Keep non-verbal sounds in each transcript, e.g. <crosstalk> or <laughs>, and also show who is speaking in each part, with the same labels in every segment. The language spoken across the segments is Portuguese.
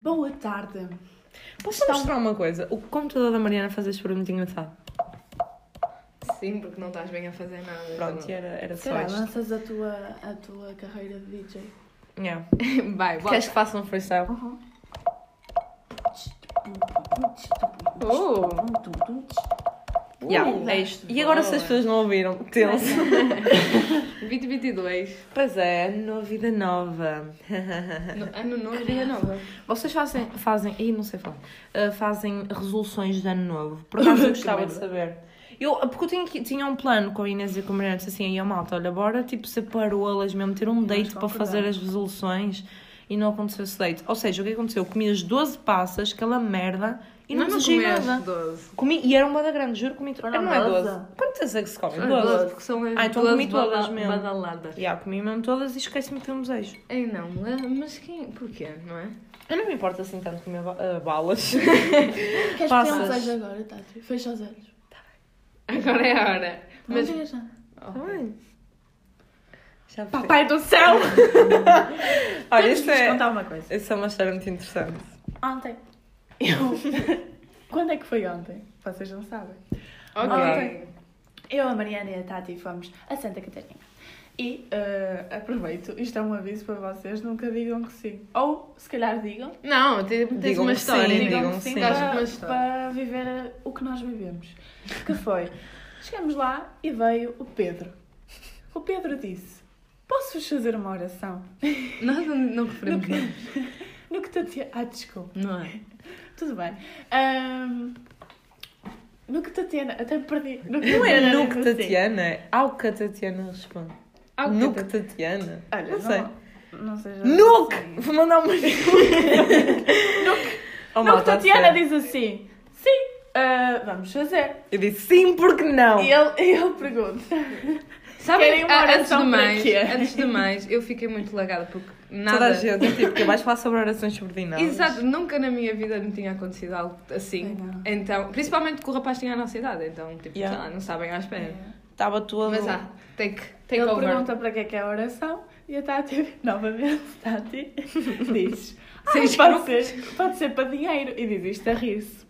Speaker 1: Boa tarde.
Speaker 2: Posso só mostrar uma coisa? O computador da Mariana faz este barulho muito engraçado.
Speaker 3: Sim, porque não estás bem a fazer nada.
Speaker 2: Pronto, e era, era só
Speaker 1: Caralho,
Speaker 3: <laughs>
Speaker 2: isto.
Speaker 1: lanças a tua, a tua carreira de DJ.
Speaker 2: Yeah.
Speaker 3: então- Vai, bora.
Speaker 2: Queres que faça um freestyle?
Speaker 3: Oh.
Speaker 2: Yeah,
Speaker 3: Uh,
Speaker 2: é isto. E agora se as pessoas não
Speaker 3: <laughs>
Speaker 2: ouviram, tenso.
Speaker 3: 2022.
Speaker 2: pois é, ano novo, vida nova.
Speaker 3: No- ano novo, vida nova.
Speaker 2: Vocês fazem, fazem, ih, não sei falar, Ah, fazem resoluções de ano novo. Por acaso <laughs> eu gostava de saber. Eu, porque eu tinha, que- tinha um plano com a Inês e com a Mariana, disse assim, aí a malta, olha, bora tipo separou-las mesmo, ter um date para
Speaker 1: concordamos.
Speaker 2: fazer as resoluções e não aconteceu esse date. Ou seja, o que aconteceu? Eu comi as 12 passas, aquela merda, e não, desejei
Speaker 3: comeste
Speaker 2: nada.
Speaker 3: 12.
Speaker 2: Comi, e era uma da grande, juro, comi...
Speaker 1: Foram
Speaker 2: não é
Speaker 1: 12?
Speaker 2: 12. Quantas é que se come?
Speaker 3: Não,
Speaker 2: 12.
Speaker 3: 12, porque são as
Speaker 2: Ah, então
Speaker 3: 12
Speaker 2: comi todas
Speaker 3: bada-
Speaker 2: mesmo.
Speaker 3: badaladas.
Speaker 2: Yeah, comi mesmo todas e esqueci-me que um desejo.
Speaker 3: Ei, não, mas quem... Porquê, não é?
Speaker 2: Eu não me importo assim tanto comer ba- ah, balas.
Speaker 1: Queres que tenha um
Speaker 2: Passas.
Speaker 1: desejo agora, Tati? Fecha os olhos.
Speaker 3: Agora é a hora.
Speaker 1: Mas
Speaker 3: Mas...
Speaker 1: veja.
Speaker 2: Já percebi.
Speaker 3: Papai do céu!
Speaker 2: <laughs> Olha, isto
Speaker 1: Vou-vos
Speaker 2: é,
Speaker 1: contar uma coisa.
Speaker 2: isto é uma história muito interessante.
Speaker 1: Ontem. Eu. <laughs> Quando é que foi ontem? Vocês não sabem.
Speaker 3: Ok.
Speaker 1: Eu, a Mariana e a Tati fomos a Santa Catarina. E eh, aproveito, isto é um aviso para vocês, nunca digam que sim. Ou, se calhar, digam.
Speaker 3: Não, te- tens
Speaker 2: Digam
Speaker 3: uma
Speaker 2: que sim,
Speaker 3: história.
Speaker 2: digam
Speaker 3: digam.
Speaker 2: que sim. então
Speaker 3: Gosto de
Speaker 1: para,
Speaker 3: uma história.
Speaker 1: para viver o que nós vivemos. Que foi, chegamos lá e veio o Pedro. O Pedro disse, posso-vos fazer uma oração?
Speaker 3: Nós não, não referimos nada.
Speaker 1: No que tateia... Ah, desculpa.
Speaker 3: Não é?
Speaker 1: Tudo bem. Ahm, no que tateia... Até me perdi. No que assim.
Speaker 2: Não é
Speaker 1: tateia-
Speaker 2: Nuke Tatiana, é ao que a Tatiana responde.
Speaker 1: Ah,
Speaker 3: Ao que
Speaker 2: Nuke Tatiana.
Speaker 1: Olha,
Speaker 2: Não sei.
Speaker 1: Não, não seja... assim.
Speaker 2: Nuke! Vou mandar uma. Oh,
Speaker 1: No que
Speaker 2: malta, a
Speaker 1: Tatiana
Speaker 2: sério.
Speaker 1: diz assim, sim, ah, vamos fazer.
Speaker 2: Eu disse sim porque não.
Speaker 1: E ele, e ele pergunta. Querem
Speaker 3: Sabem,
Speaker 1: uma
Speaker 3: ah, antes
Speaker 1: oração
Speaker 3: de
Speaker 1: para
Speaker 3: mais,
Speaker 1: quê?
Speaker 3: antes de mais, eu fiquei muito lagada porque nada.
Speaker 2: Toda a gente, tipo, que vais falar sobre orações subordinadas.
Speaker 3: Exato, nunca na minha vida me tinha acontecido algo
Speaker 1: Ai,
Speaker 3: assim.
Speaker 1: não.
Speaker 3: Então, principalmente que o rapaz tinha a nossa idade, então, tipo,
Speaker 2: Yeah.
Speaker 3: sei lá, não sabem à espera.
Speaker 2: Estava tua.
Speaker 3: Mas ah, take, take
Speaker 1: Ele
Speaker 3: over. <laughs>
Speaker 1: pergunta para que é que é a oração e a Tati, <laughs> novamente,
Speaker 3: <laughs>
Speaker 1: Tati, diz:
Speaker 3: Sem
Speaker 1: "Ah, pode, ser, pode ser para dinheiro. E diz isto a rir-se.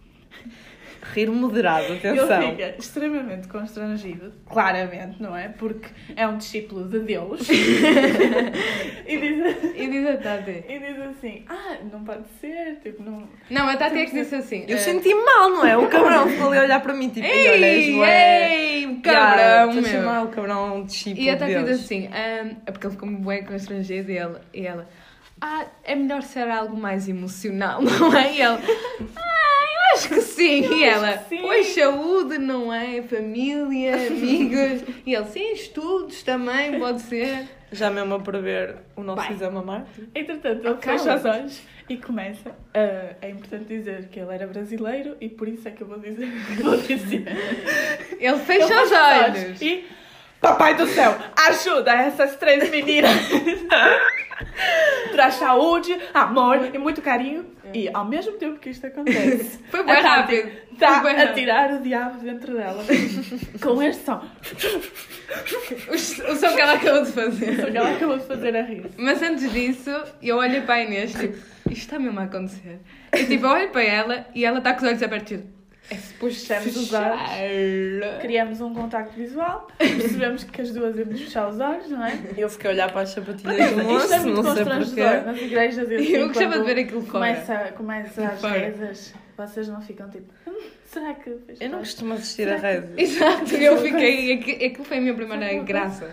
Speaker 2: Rir moderado,
Speaker 1: Ele
Speaker 2: atenção.
Speaker 1: fica extremamente constrangido, claramente, não é? Porque é um discípulo de
Speaker 3: <laughs>
Speaker 1: Deus. e, diz,
Speaker 3: E diz a Tati.
Speaker 1: e diz assim: Ah, não pode ser. Tipo, não.
Speaker 3: Não, a Tati é que disse assim.
Speaker 2: Eu
Speaker 3: eh,
Speaker 2: senti mal, não é? O cabrão ficou ali a olhar para mim, tipo, "Ei, olha, és
Speaker 3: Ei,
Speaker 2: bué."
Speaker 3: ei, um
Speaker 2: Yeah,
Speaker 3: cabrão,
Speaker 2: estou a
Speaker 3: meu.
Speaker 2: chamar o tipo, cabrão de chip.
Speaker 3: E a Tati diz assim, ah, é porque ele ficou bem constrangido e ela, e ela, ah, é melhor ser algo mais emocional, <laughs> não é? E ele, ah, eu acho que sim. e ela,
Speaker 1: que sim.
Speaker 3: pois saúde, não é? Família, amigos. e ele, sim, estudos também, pode ser.
Speaker 2: Já mesmo a prever o nosso
Speaker 3: Vai.
Speaker 2: exame a Marte.
Speaker 1: Entretanto, ele
Speaker 3: Ah,
Speaker 1: fecha
Speaker 3: calma.
Speaker 1: os olhos e começa. ah, é importante dizer que ele era brasileiro e por isso é que eu vou dizer o que vou dizer.
Speaker 3: <laughs> Ele fecha
Speaker 1: Eu
Speaker 3: os
Speaker 1: fecho
Speaker 3: olhos.
Speaker 1: E... Papai do céu, ajuda essas <laughs> três meninas. Traz saúde, amor e muito carinho. E ao mesmo tempo que isto <laughs> acontece,
Speaker 3: Foi bem
Speaker 1: a Tati
Speaker 3: rápido.
Speaker 1: Está
Speaker 3: Foi bem
Speaker 1: a
Speaker 3: rápido.
Speaker 1: tirar o diabo dentro <laughs> dela. Com este som.
Speaker 3: O, o som que ela acabou de fazer.
Speaker 1: Só que ela acabou de fazer a rir.
Speaker 3: Mas antes disso, eu olho para a Inês, tipo, isto está mesmo a acontecer. E tipo, eu olho para ela e ela está com os olhos abertos. tipo, É suposto
Speaker 1: Fechamos os
Speaker 3: fechar.
Speaker 1: Criamos um contacto visual, percebemos que as duas íamos fechar os olhos, não é?
Speaker 2: Eu fiquei a olhar para as sapatilhas do moço,
Speaker 1: Isto é muito
Speaker 2: não sei
Speaker 1: constrangedor
Speaker 2: porquê.
Speaker 1: nas igrejas. e assim,
Speaker 3: Eu gostava de
Speaker 1: quando-
Speaker 3: ver aquilo fora.
Speaker 1: Começa, começa às
Speaker 3: Fora.
Speaker 1: vezes, vocês não ficam tipo, "Hum, será que. fez
Speaker 2: Eu
Speaker 1: parte?"
Speaker 2: não costumo assistir a rede.
Speaker 3: Exato, eu fiquei. aqui- Aquilo foi a minha primeira graça.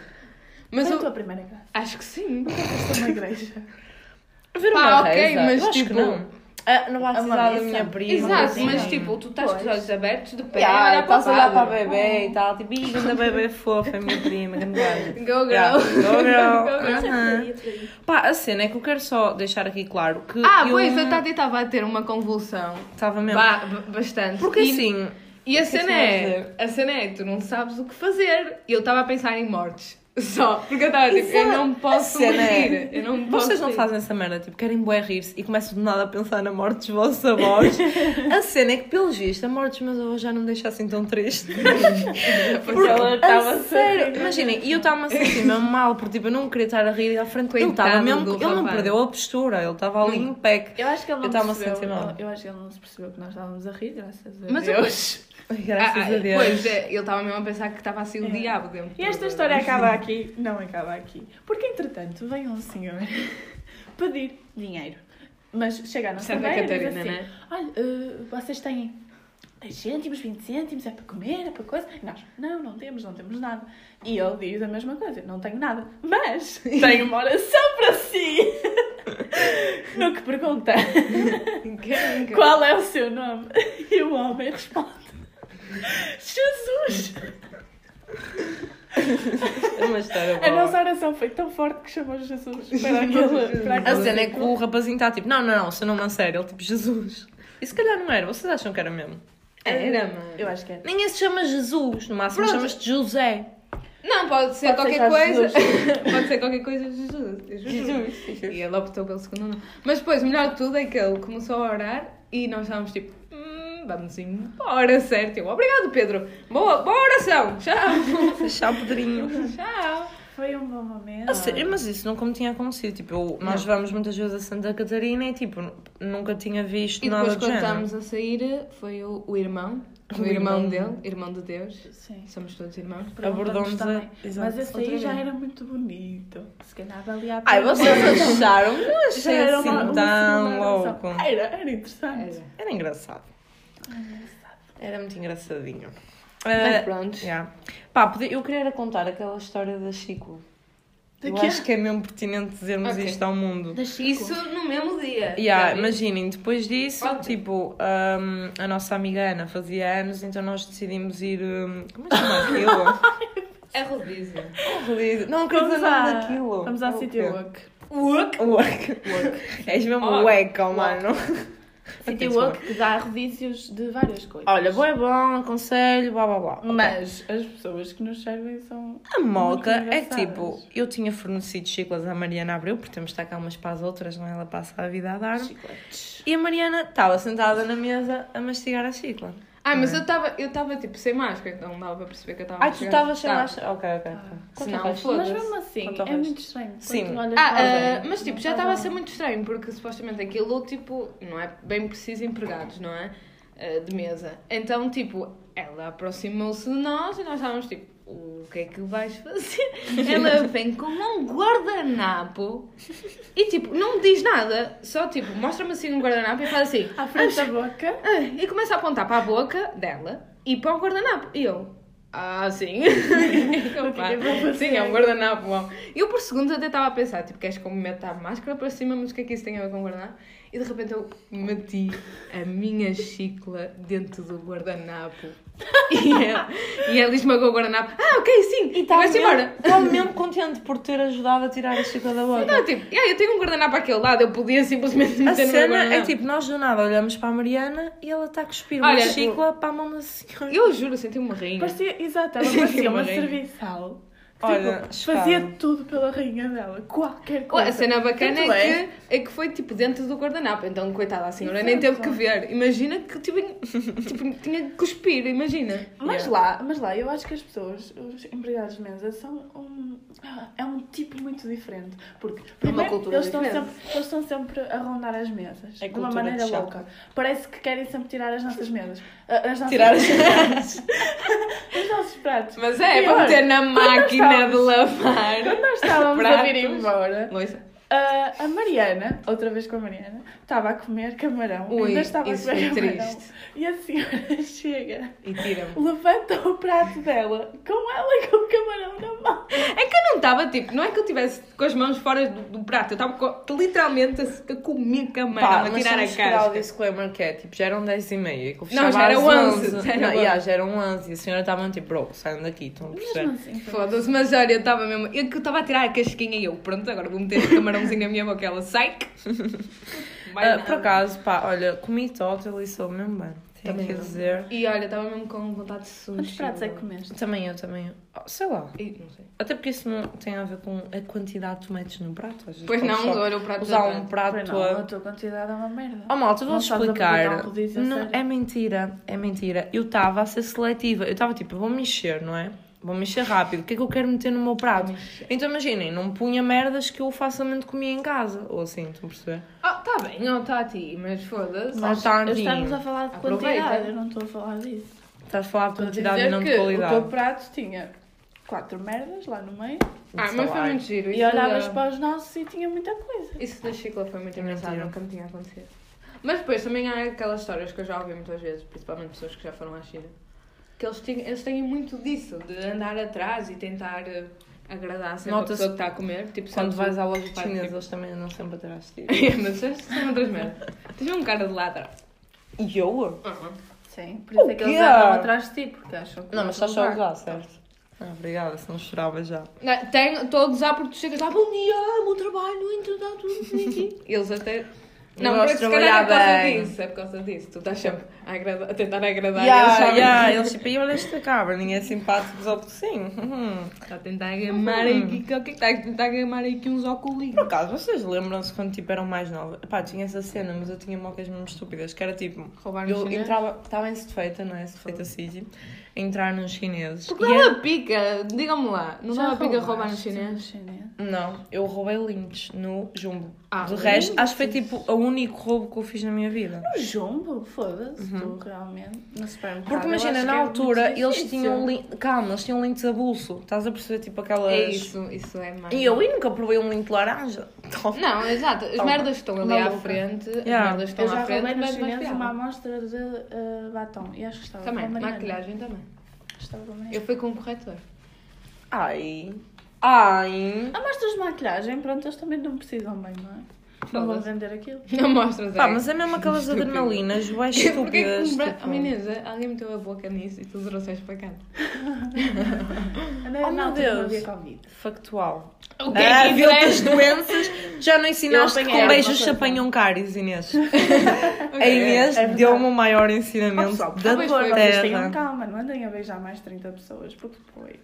Speaker 3: Mas
Speaker 1: Foi a
Speaker 3: eu
Speaker 1: tua primeira graça.
Speaker 3: acho que sim.
Speaker 1: Foste a uma igreja.
Speaker 2: Ver
Speaker 3: Pá, ok, mas
Speaker 2: Eu acho que
Speaker 3: tipo.
Speaker 2: não. Ah, não vai
Speaker 1: Uma
Speaker 2: precisar da
Speaker 1: missa.
Speaker 2: minha prima.
Speaker 3: Exato,
Speaker 2: assim.
Speaker 3: mas tipo, tu estás com os
Speaker 1: Pois.
Speaker 3: olhos abertos de pé.
Speaker 2: Yeah,
Speaker 3: olha para
Speaker 2: estás a Ah, olhar
Speaker 3: o
Speaker 2: para a
Speaker 3: lado.
Speaker 2: bebê e tal, tipo, ih, grande <laughs> bebê fofa, é minha prima, grande gaja."
Speaker 3: <laughs> Go girl.
Speaker 2: Yeah, Go
Speaker 3: Go girl.
Speaker 2: girl. Aham. Pá, a cena é que eu quero só deixar aqui claro que
Speaker 3: Ah,
Speaker 2: eu
Speaker 3: pois, a Tati estava a ter uma convulsão.
Speaker 2: estava mesmo.
Speaker 3: Ba- ba- bastante.
Speaker 2: Porque
Speaker 3: E-
Speaker 2: assim, que
Speaker 3: E a
Speaker 2: é que
Speaker 3: cena
Speaker 2: tu vais
Speaker 3: é, a cena é, tu não sabes o que fazer. E eu estava a pensar em mortes. <laughs> Só, porque eu estava tipo, eu
Speaker 2: Exato.
Speaker 3: não
Speaker 2: A
Speaker 3: posso
Speaker 2: cena é-
Speaker 3: rir. Eu não posso
Speaker 2: Vocês não
Speaker 3: rir.
Speaker 2: fazem essa merda, tipo, querem bué rir-se e começam do nada a pensar na morte dos vossos
Speaker 3: <laughs>
Speaker 2: avós. a cena é que, pelo visto, a morte dos meus avós já não me deixa assim tão triste.
Speaker 1: Porque ela
Speaker 2: A
Speaker 1: estava
Speaker 2: sério, imaginem, e eu estava assim assim, mesmo mal, porque tipo, eu não queria estar a rir à frente dele. Ele, estava
Speaker 3: Coitado
Speaker 2: mesmo,
Speaker 3: do
Speaker 2: ele não
Speaker 3: rapaz.
Speaker 2: perdeu a postura, ele estava ali
Speaker 3: Não.
Speaker 2: em pé.
Speaker 1: Eu acho que ele não
Speaker 2: Eu estava a
Speaker 1: percebeu.
Speaker 2: sentir mal.
Speaker 1: Eu acho que ele não se percebeu que nós estávamos a rir, graças a
Speaker 3: Mas eu-
Speaker 1: Deus.
Speaker 2: Ai, Graças
Speaker 3: Ah,
Speaker 2: a Deus.
Speaker 3: Pois, é, ele estava mesmo a pensar que estava assim o
Speaker 1: É.
Speaker 3: diabo dentro.
Speaker 1: E esta história acaba aqui? Não acaba aqui. Porque, entretanto, vem um senhor <laughs> pedir dinheiro. Mas chega à nossa
Speaker 3: Santa
Speaker 1: beira e diz
Speaker 3: Catarina,
Speaker 1: assim,
Speaker 3: né?
Speaker 1: Olha, eh, vocês têm 10 cêntimos, 20 cêntimos, é para comer, é para coisa. E nós, não, não temos, não temos nada. E ele diz a mesma coisa, não tenho nada. Mas tenho uma oração para si. No que pergunta,
Speaker 3: né?
Speaker 1: qual é o seu nome? E o homem responde, Jesus.
Speaker 2: É uma história boa.
Speaker 1: A nossa oração foi tão forte que chamou Jesus para aquele. Para
Speaker 2: A
Speaker 1: aquele
Speaker 2: cena é que
Speaker 1: círculo.
Speaker 2: o rapazinho está tipo, não, não, não, seu nome é sério. Ele tipo, Jesus. E se calhar não era, vocês acham que era mesmo?
Speaker 3: Era, mano.
Speaker 1: Eu acho que é.
Speaker 2: Ninguém se chama Jesus, no máximo
Speaker 3: Pronto.
Speaker 2: chamas-te José.
Speaker 3: Não, pode ser
Speaker 1: Pode ser
Speaker 3: qualquer
Speaker 1: só
Speaker 3: coisa. <laughs> pode ser qualquer coisa, Jesus. Jesus. E ele optou pelo segundo nome. Mas depois, o melhor de tudo é que ele começou a orar e nós estávamos tipo, hum, vamos embora, certo? Eu, Obrigado, Pedro. Boa, boa oração. Tchau. <laughs>
Speaker 2: Fechar pedrinho.
Speaker 3: Tchau.
Speaker 1: Foi um bom momento.
Speaker 2: A sério, mas isso nunca me tinha acontecido. Tipo, eu- nós vamos muitas vezes a Santa Catarina e tipo, nu- nunca tinha visto
Speaker 3: E
Speaker 2: nada
Speaker 3: depois,
Speaker 2: do
Speaker 3: quando
Speaker 2: género.
Speaker 3: estávamos a sair, foi o, o irmão. O,
Speaker 2: O
Speaker 3: irmão,
Speaker 2: irmão.
Speaker 3: dele, irmão de Deus.
Speaker 1: Sim.
Speaker 3: Somos todos irmãos.
Speaker 2: Abordamos a-
Speaker 1: também.
Speaker 2: Exato.
Speaker 1: Mas esse
Speaker 3: Outra
Speaker 1: aí já
Speaker 3: vez.
Speaker 1: era muito bonito. Se calhar valia a pena.
Speaker 2: Ai, vocês acharam? Não
Speaker 1: Já
Speaker 2: achei
Speaker 1: era
Speaker 2: assim
Speaker 1: uma- uma
Speaker 2: tão
Speaker 1: segunda
Speaker 2: louco.
Speaker 1: oração. Era, era interessante.
Speaker 3: Era.
Speaker 2: Era engraçado. Era muito engraçadinho.
Speaker 3: Mas <laughs>
Speaker 2: Ah,
Speaker 3: pronto.
Speaker 2: yeah. Pá, podia- eu queria era contar aquela história da Chico. Eu
Speaker 1: Daqui a-
Speaker 2: acho que é mesmo pertinente dizermos
Speaker 3: Ok.
Speaker 2: isto ao mundo.
Speaker 1: Da Chico.
Speaker 3: Isso no mesmo dia.
Speaker 2: Yeah,
Speaker 3: Sabe?
Speaker 2: imaginem, depois disso,
Speaker 3: Ontem.
Speaker 2: tipo, hum, a nossa amiga Ana fazia anos, então nós decidimos ir. hum, como é que chama aquilo?
Speaker 3: É rodízio.
Speaker 2: Rodízio. Não, quero dizer
Speaker 1: Vamos,
Speaker 2: o nome
Speaker 1: à,
Speaker 2: daquilo.
Speaker 1: vamos à
Speaker 2: É o
Speaker 1: City
Speaker 2: quê?
Speaker 1: Walk.
Speaker 3: Work.
Speaker 2: Work. És mesmo
Speaker 3: Oh,
Speaker 2: hueca,
Speaker 3: walk.
Speaker 2: mano.
Speaker 1: City
Speaker 2: desculpa.
Speaker 1: Walk que dá rodízios de várias coisas.
Speaker 2: Olha, bom é bom, aconselho, blá blá blá.
Speaker 1: Mas as pessoas que nos servem são.
Speaker 2: A moca
Speaker 1: Muito
Speaker 2: é que, tipo,
Speaker 1: engraçadas.
Speaker 2: eu tinha fornecido chiclas à Mariana Abreu, porque temos de estar cá umas para as outras, não é? Ela passa a vida a dar.
Speaker 1: chicletes.
Speaker 2: E a Mariana estava sentada na mesa a mastigar a chicla.
Speaker 3: Ah, mas eu estava eu tava, tipo sem máscara, então não dava para perceber que eu Tá. estava
Speaker 2: é? Ai, tu estavas sem máscara. Ok, ok. ok.
Speaker 3: Se
Speaker 2: Tá. Conta o
Speaker 3: não,
Speaker 2: resto.
Speaker 1: Mas
Speaker 3: foda-se.
Speaker 1: mesmo assim,
Speaker 2: Quanto ao
Speaker 1: é
Speaker 2: resto?
Speaker 1: muito estranho.
Speaker 2: Sim.
Speaker 1: Quando tu olhas
Speaker 3: Ah,
Speaker 1: para
Speaker 3: ah,
Speaker 1: alguém,
Speaker 3: mas tipo,
Speaker 1: não
Speaker 3: já
Speaker 1: faz
Speaker 3: estava a
Speaker 1: nada.
Speaker 3: ser muito estranho, porque supostamente aquilo, tipo, não é bem preciso empregados, não é? Ah, de mesa. Então, tipo, ela aproximou-se de nós e nós estávamos tipo, o que é que
Speaker 2: <laughs>
Speaker 3: vais fazer? ela vem com um guardanapo e tipo, não me diz nada, só tipo, mostra-me assim um guardanapo e fala assim,
Speaker 1: À frente da boca.
Speaker 3: Ah, e começa a apontar para a boca dela e para o guardanapo. E eu,
Speaker 2: <laughs>
Speaker 3: ah, sim. Opa,
Speaker 1: que é que eu vou
Speaker 3: sim,
Speaker 1: fazer?
Speaker 3: é um guardanapo bom. E eu por segundos até estava a pensar, tipo, queres que eu me meta a máscara para cima, mas o que é que isso tem a ver com o guardanapo? E de repente eu meti a minha chicla dentro do guardanapo. <laughs> E ela, e ela esmagou o guardanapo. Ah, ok, sim. E
Speaker 2: Estava
Speaker 3: vai-se embora.
Speaker 2: tá mesmo, estava mesmo contente por ter ajudado a tirar a chicla da boca.
Speaker 3: Não, tipo, yeah, eu tenho um guardanapo àquele lado, eu podia simplesmente
Speaker 2: A
Speaker 3: meter no meu
Speaker 2: cena
Speaker 3: guardanapo.
Speaker 2: é tipo, nós do nada olhamos para a Mariana e ela está a cuspir uma
Speaker 3: Olha, tipo,
Speaker 2: chicla para a mão da senhora.
Speaker 3: Eu juro, senti uma rainha.
Speaker 1: Parecia, exato, ela parecia uma
Speaker 3: Uma rainha.
Speaker 1: serviçal. Que,
Speaker 2: Olha,
Speaker 1: tipo,
Speaker 2: chocada.
Speaker 1: fazia tudo pela rainha dela, qualquer
Speaker 3: Ué,
Speaker 1: coisa.
Speaker 3: a cena bacana
Speaker 1: Tanto
Speaker 3: é que, é que foi tipo dentro do guardanapo, então coitada a senhora nem
Speaker 1: Exato.
Speaker 3: teve que ver. Imagina que tipo, tipo, tinha que cuspir, imagina.
Speaker 1: Mas lá, mas lá, eu acho que as pessoas, os empregados de mesa, são um. É um tipo muito diferente. Porque primeiro,
Speaker 3: cultura
Speaker 1: eles, estão
Speaker 3: diferente.
Speaker 1: sempre, eles estão sempre a rondar as mesas.
Speaker 2: É
Speaker 1: de uma
Speaker 2: cultura
Speaker 1: maneira
Speaker 2: de chapa.
Speaker 1: louca. Parece que querem sempre tirar as nossas mesas. a- As nossas,
Speaker 2: Tirar as <laughs>
Speaker 1: os nossos pratos.
Speaker 3: Mas é,
Speaker 1: Pior,
Speaker 3: para meter na máquina de
Speaker 1: estávamos-
Speaker 3: lavar.
Speaker 1: Quando nós estávamos a vir
Speaker 3: Pratos.
Speaker 1: embora,
Speaker 3: Luísa,
Speaker 1: Ah, a Mariana, outra vez com a Mariana, estava a comer camarão.
Speaker 3: Ui,
Speaker 1: ainda estava
Speaker 3: isso
Speaker 1: a comer
Speaker 3: foi
Speaker 1: camarão.
Speaker 3: triste.
Speaker 1: E a senhora <laughs> chega,
Speaker 3: e tira-me.
Speaker 1: levanta o prato dela, com ela e com o camarão na mão.
Speaker 3: É que eu não estava tipo, não é que eu estivesse com as mãos fora do, do prato, eu estava co- literalmente a, a comer camarão, a tirar
Speaker 2: esperar
Speaker 3: a
Speaker 2: o
Speaker 1: assim
Speaker 3: casca.
Speaker 2: disclaimer que é, tipo, já eram 10 e meia e que eu
Speaker 3: Não,
Speaker 2: fechava
Speaker 3: já era
Speaker 2: às
Speaker 3: 11,
Speaker 2: 11.
Speaker 3: já era
Speaker 2: Não,
Speaker 3: 11.
Speaker 2: yeah, já eram 11 e a senhora estava tipo, bro, saiam daqui, estão a perceber.
Speaker 1: Mesmo assim, foi-
Speaker 3: Foda-se, mas olha, eu estava mesmo. Eu que estava a tirar a casquinha e eu, pronto, agora vou meter o camarãozinho na
Speaker 1: <laughs>
Speaker 3: minha boca. Ela sai.
Speaker 1: Ah,
Speaker 2: Ah, por acaso, pá, olha, comi tótil e sou mesmo bem. Também quer dizer.
Speaker 3: E olha, estava mesmo com vontade de sushi.
Speaker 1: Quantos pratos é que
Speaker 3: bro.
Speaker 1: comeste?
Speaker 2: Também eu, também eu. Oh, sei lá.
Speaker 3: Ih, não sei.
Speaker 2: Até porque isso não tem a ver com a quantidade de tomates no prato. às vezes
Speaker 3: Pois
Speaker 2: pode
Speaker 3: não,
Speaker 2: só
Speaker 3: olha o prato
Speaker 2: Usar
Speaker 3: da
Speaker 2: um
Speaker 3: tarde.
Speaker 1: Pois
Speaker 2: prato
Speaker 1: não,
Speaker 2: a...
Speaker 1: a tua quantidade é uma merda.
Speaker 2: Oh, malta, eu
Speaker 1: Não
Speaker 2: vou-te
Speaker 1: sabes
Speaker 2: explicar.
Speaker 1: aproveitar o rodízio, a
Speaker 2: Não,
Speaker 1: sério.
Speaker 2: é mentira, é mentira. Eu estava a ser seletiva. Eu estava tipo, eu vou mexer, não é? Vou mexer rápido. O que é que eu quero meter no meu prato? Então imaginem, não punha merdas que eu facilmente comia em casa. Ou assim, estão a perceber?
Speaker 3: Ah, tá bem, não, tá a ti, mas foda-se.
Speaker 2: Mas-
Speaker 1: eu
Speaker 2: Tadinho.
Speaker 1: estamos a falar de
Speaker 3: Aproveita.
Speaker 1: quantidade, eu não estou a falar disso.
Speaker 2: Estás a falar de
Speaker 1: Estou a
Speaker 2: quantidade e
Speaker 1: dizer
Speaker 2: não de
Speaker 1: que
Speaker 2: qualidade.
Speaker 1: O teu prato tinha quatro merdas lá no meio
Speaker 3: Ah, mas
Speaker 2: é,
Speaker 3: foi muito giro.
Speaker 1: e
Speaker 3: isso
Speaker 1: olhavas
Speaker 3: da-
Speaker 1: para os nossos e tinha muita coisa.
Speaker 3: Isso da chicla foi muito
Speaker 2: É
Speaker 3: engraçado,
Speaker 2: mentira.
Speaker 3: nunca me tinha acontecido. Mas depois também há aquelas histórias que eu já ouvi muitas vezes, principalmente pessoas que já foram à China, que eles têm, eles têm muito disso, de andar atrás e tentar eh, agradar sempre a
Speaker 2: Nota-se
Speaker 3: pessoa que está a comer. Tipo,
Speaker 2: Quando
Speaker 3: sabes
Speaker 2: vais
Speaker 3: o-
Speaker 2: à loja
Speaker 3: Vai,
Speaker 2: chinesa,
Speaker 3: tipo- <laughs>
Speaker 2: eles também andam sempre
Speaker 1: <laughs>
Speaker 2: atrás de ti.
Speaker 3: É, mas essas são outras merdas. Tens um cara de lá atrás.
Speaker 2: E eu?
Speaker 1: Sim, por isso
Speaker 2: O
Speaker 1: é que eles
Speaker 2: quê?
Speaker 1: andam atrás de ti, porque acham que
Speaker 2: Não, mas estás só a
Speaker 1: levar.
Speaker 2: usar, certo? Ah, obrigada, senão chorava já.
Speaker 3: Não, tenho- Estou a gozar porque tu chegas lá, bom dia, amo o trabalho, entretanto, tudo bonitinho." Eles até.
Speaker 2: Eu
Speaker 3: Não,
Speaker 2: gosto
Speaker 3: mas
Speaker 2: de
Speaker 3: se calhar é por
Speaker 2: trabalhar
Speaker 3: causa
Speaker 2: bem.
Speaker 3: disso, é por causa disso. Tu estás sempre a, agrada- a tentar agradar eles
Speaker 2: Yeah,
Speaker 3: sabem
Speaker 2: yeah,
Speaker 3: que-
Speaker 2: eles tipo, e olha esta cabra, ninguém é simpático, só porque sim. <laughs> Uhum.
Speaker 3: Está a tentar gamar aqui. O que é que está a tentar gamar aqui uns
Speaker 2: Por
Speaker 3: óculos?
Speaker 2: acaso, vocês lembram-se quando tipo, eram mais novas? Pá, tinha essa cena, mas eu tinha mocas mesmo estúpidas, que era tipo.
Speaker 3: Roubar um
Speaker 2: Eu entrava, estava em Setefeita, não é? Setefeita City, a entrar nos chineses.
Speaker 3: Porque
Speaker 2: e era-
Speaker 3: dava pica, digam-me lá. Não dava pica roubar no
Speaker 1: roubaste
Speaker 3: chinês?
Speaker 1: chinês?
Speaker 2: Não, eu roubei links no jumbo.
Speaker 3: Ah,
Speaker 2: De resto, acho que foi tipo o único roubo que eu fiz na minha vida.
Speaker 1: O jumbo, foda-se, tu realmente, no supermercado.
Speaker 2: Uhum. Porque
Speaker 1: eu
Speaker 2: imagina,
Speaker 1: acho
Speaker 2: na
Speaker 1: que é
Speaker 2: altura
Speaker 1: muito
Speaker 2: eles
Speaker 1: difícil.
Speaker 2: tinham lin... Calma, eles tinham links a bolso. Estás a perceber tipo aquelas.
Speaker 3: É isso, isso é mais.
Speaker 2: E eu e nunca provei um link de laranja. <laughs> Toma.
Speaker 3: Não, exato. As
Speaker 2: Toma.
Speaker 3: merdas estão ali à
Speaker 1: Maluca.
Speaker 3: frente.
Speaker 2: Yeah.
Speaker 3: As merdas
Speaker 1: Eu
Speaker 3: estão
Speaker 1: já
Speaker 3: à
Speaker 1: roubei
Speaker 3: frente,
Speaker 1: nos
Speaker 3: mas mais
Speaker 1: chineses uma
Speaker 3: piada.
Speaker 1: amostra de eh, batom e acho que estava
Speaker 3: Também,
Speaker 1: com a Mariana.
Speaker 3: maquilhagem também.
Speaker 1: Estava com a Mariana.
Speaker 3: Eu fui com um corretor.
Speaker 2: Ai. Ai.
Speaker 1: Amostras de maquilhagem, pronto, eles também não precisam bem, não é? Não vão
Speaker 3: Foda-se.
Speaker 1: vender aquilo.
Speaker 3: Não mostras
Speaker 2: Pá,
Speaker 3: aí.
Speaker 2: mas é mesmo aquelas
Speaker 3: Estúpido.
Speaker 2: adrenalinas,
Speaker 3: um
Speaker 2: bué
Speaker 3: <laughs> Porquê que
Speaker 2: estúpidas.
Speaker 3: compra...
Speaker 2: tipo-
Speaker 3: Oh, Inês, alguém meteu a boca nisso e tu trouxeste para cá.
Speaker 1: Andei na altura que
Speaker 2: Oh, meu
Speaker 1: não
Speaker 2: Deus.
Speaker 1: havia Covid.
Speaker 2: Factual.
Speaker 3: O que
Speaker 2: Ah,
Speaker 3: é que
Speaker 2: viu as
Speaker 3: <laughs> interessa?
Speaker 2: doenças? Já não ensinaste
Speaker 1: Eu
Speaker 2: que
Speaker 1: apanhei,
Speaker 2: com beijos
Speaker 1: não
Speaker 2: se
Speaker 1: sei
Speaker 2: apanham cáries, Inês. A
Speaker 3: Ok.
Speaker 2: Inês
Speaker 1: É, verdade.
Speaker 2: deu-me o maior
Speaker 1: Oh,
Speaker 2: ensinamento
Speaker 1: pessoal, por
Speaker 2: da
Speaker 1: favor,
Speaker 3: foi,
Speaker 2: tua
Speaker 1: vocês um tenham
Speaker 2: terra.
Speaker 1: calma, não andem a beijar mais 30 pessoas, porque depois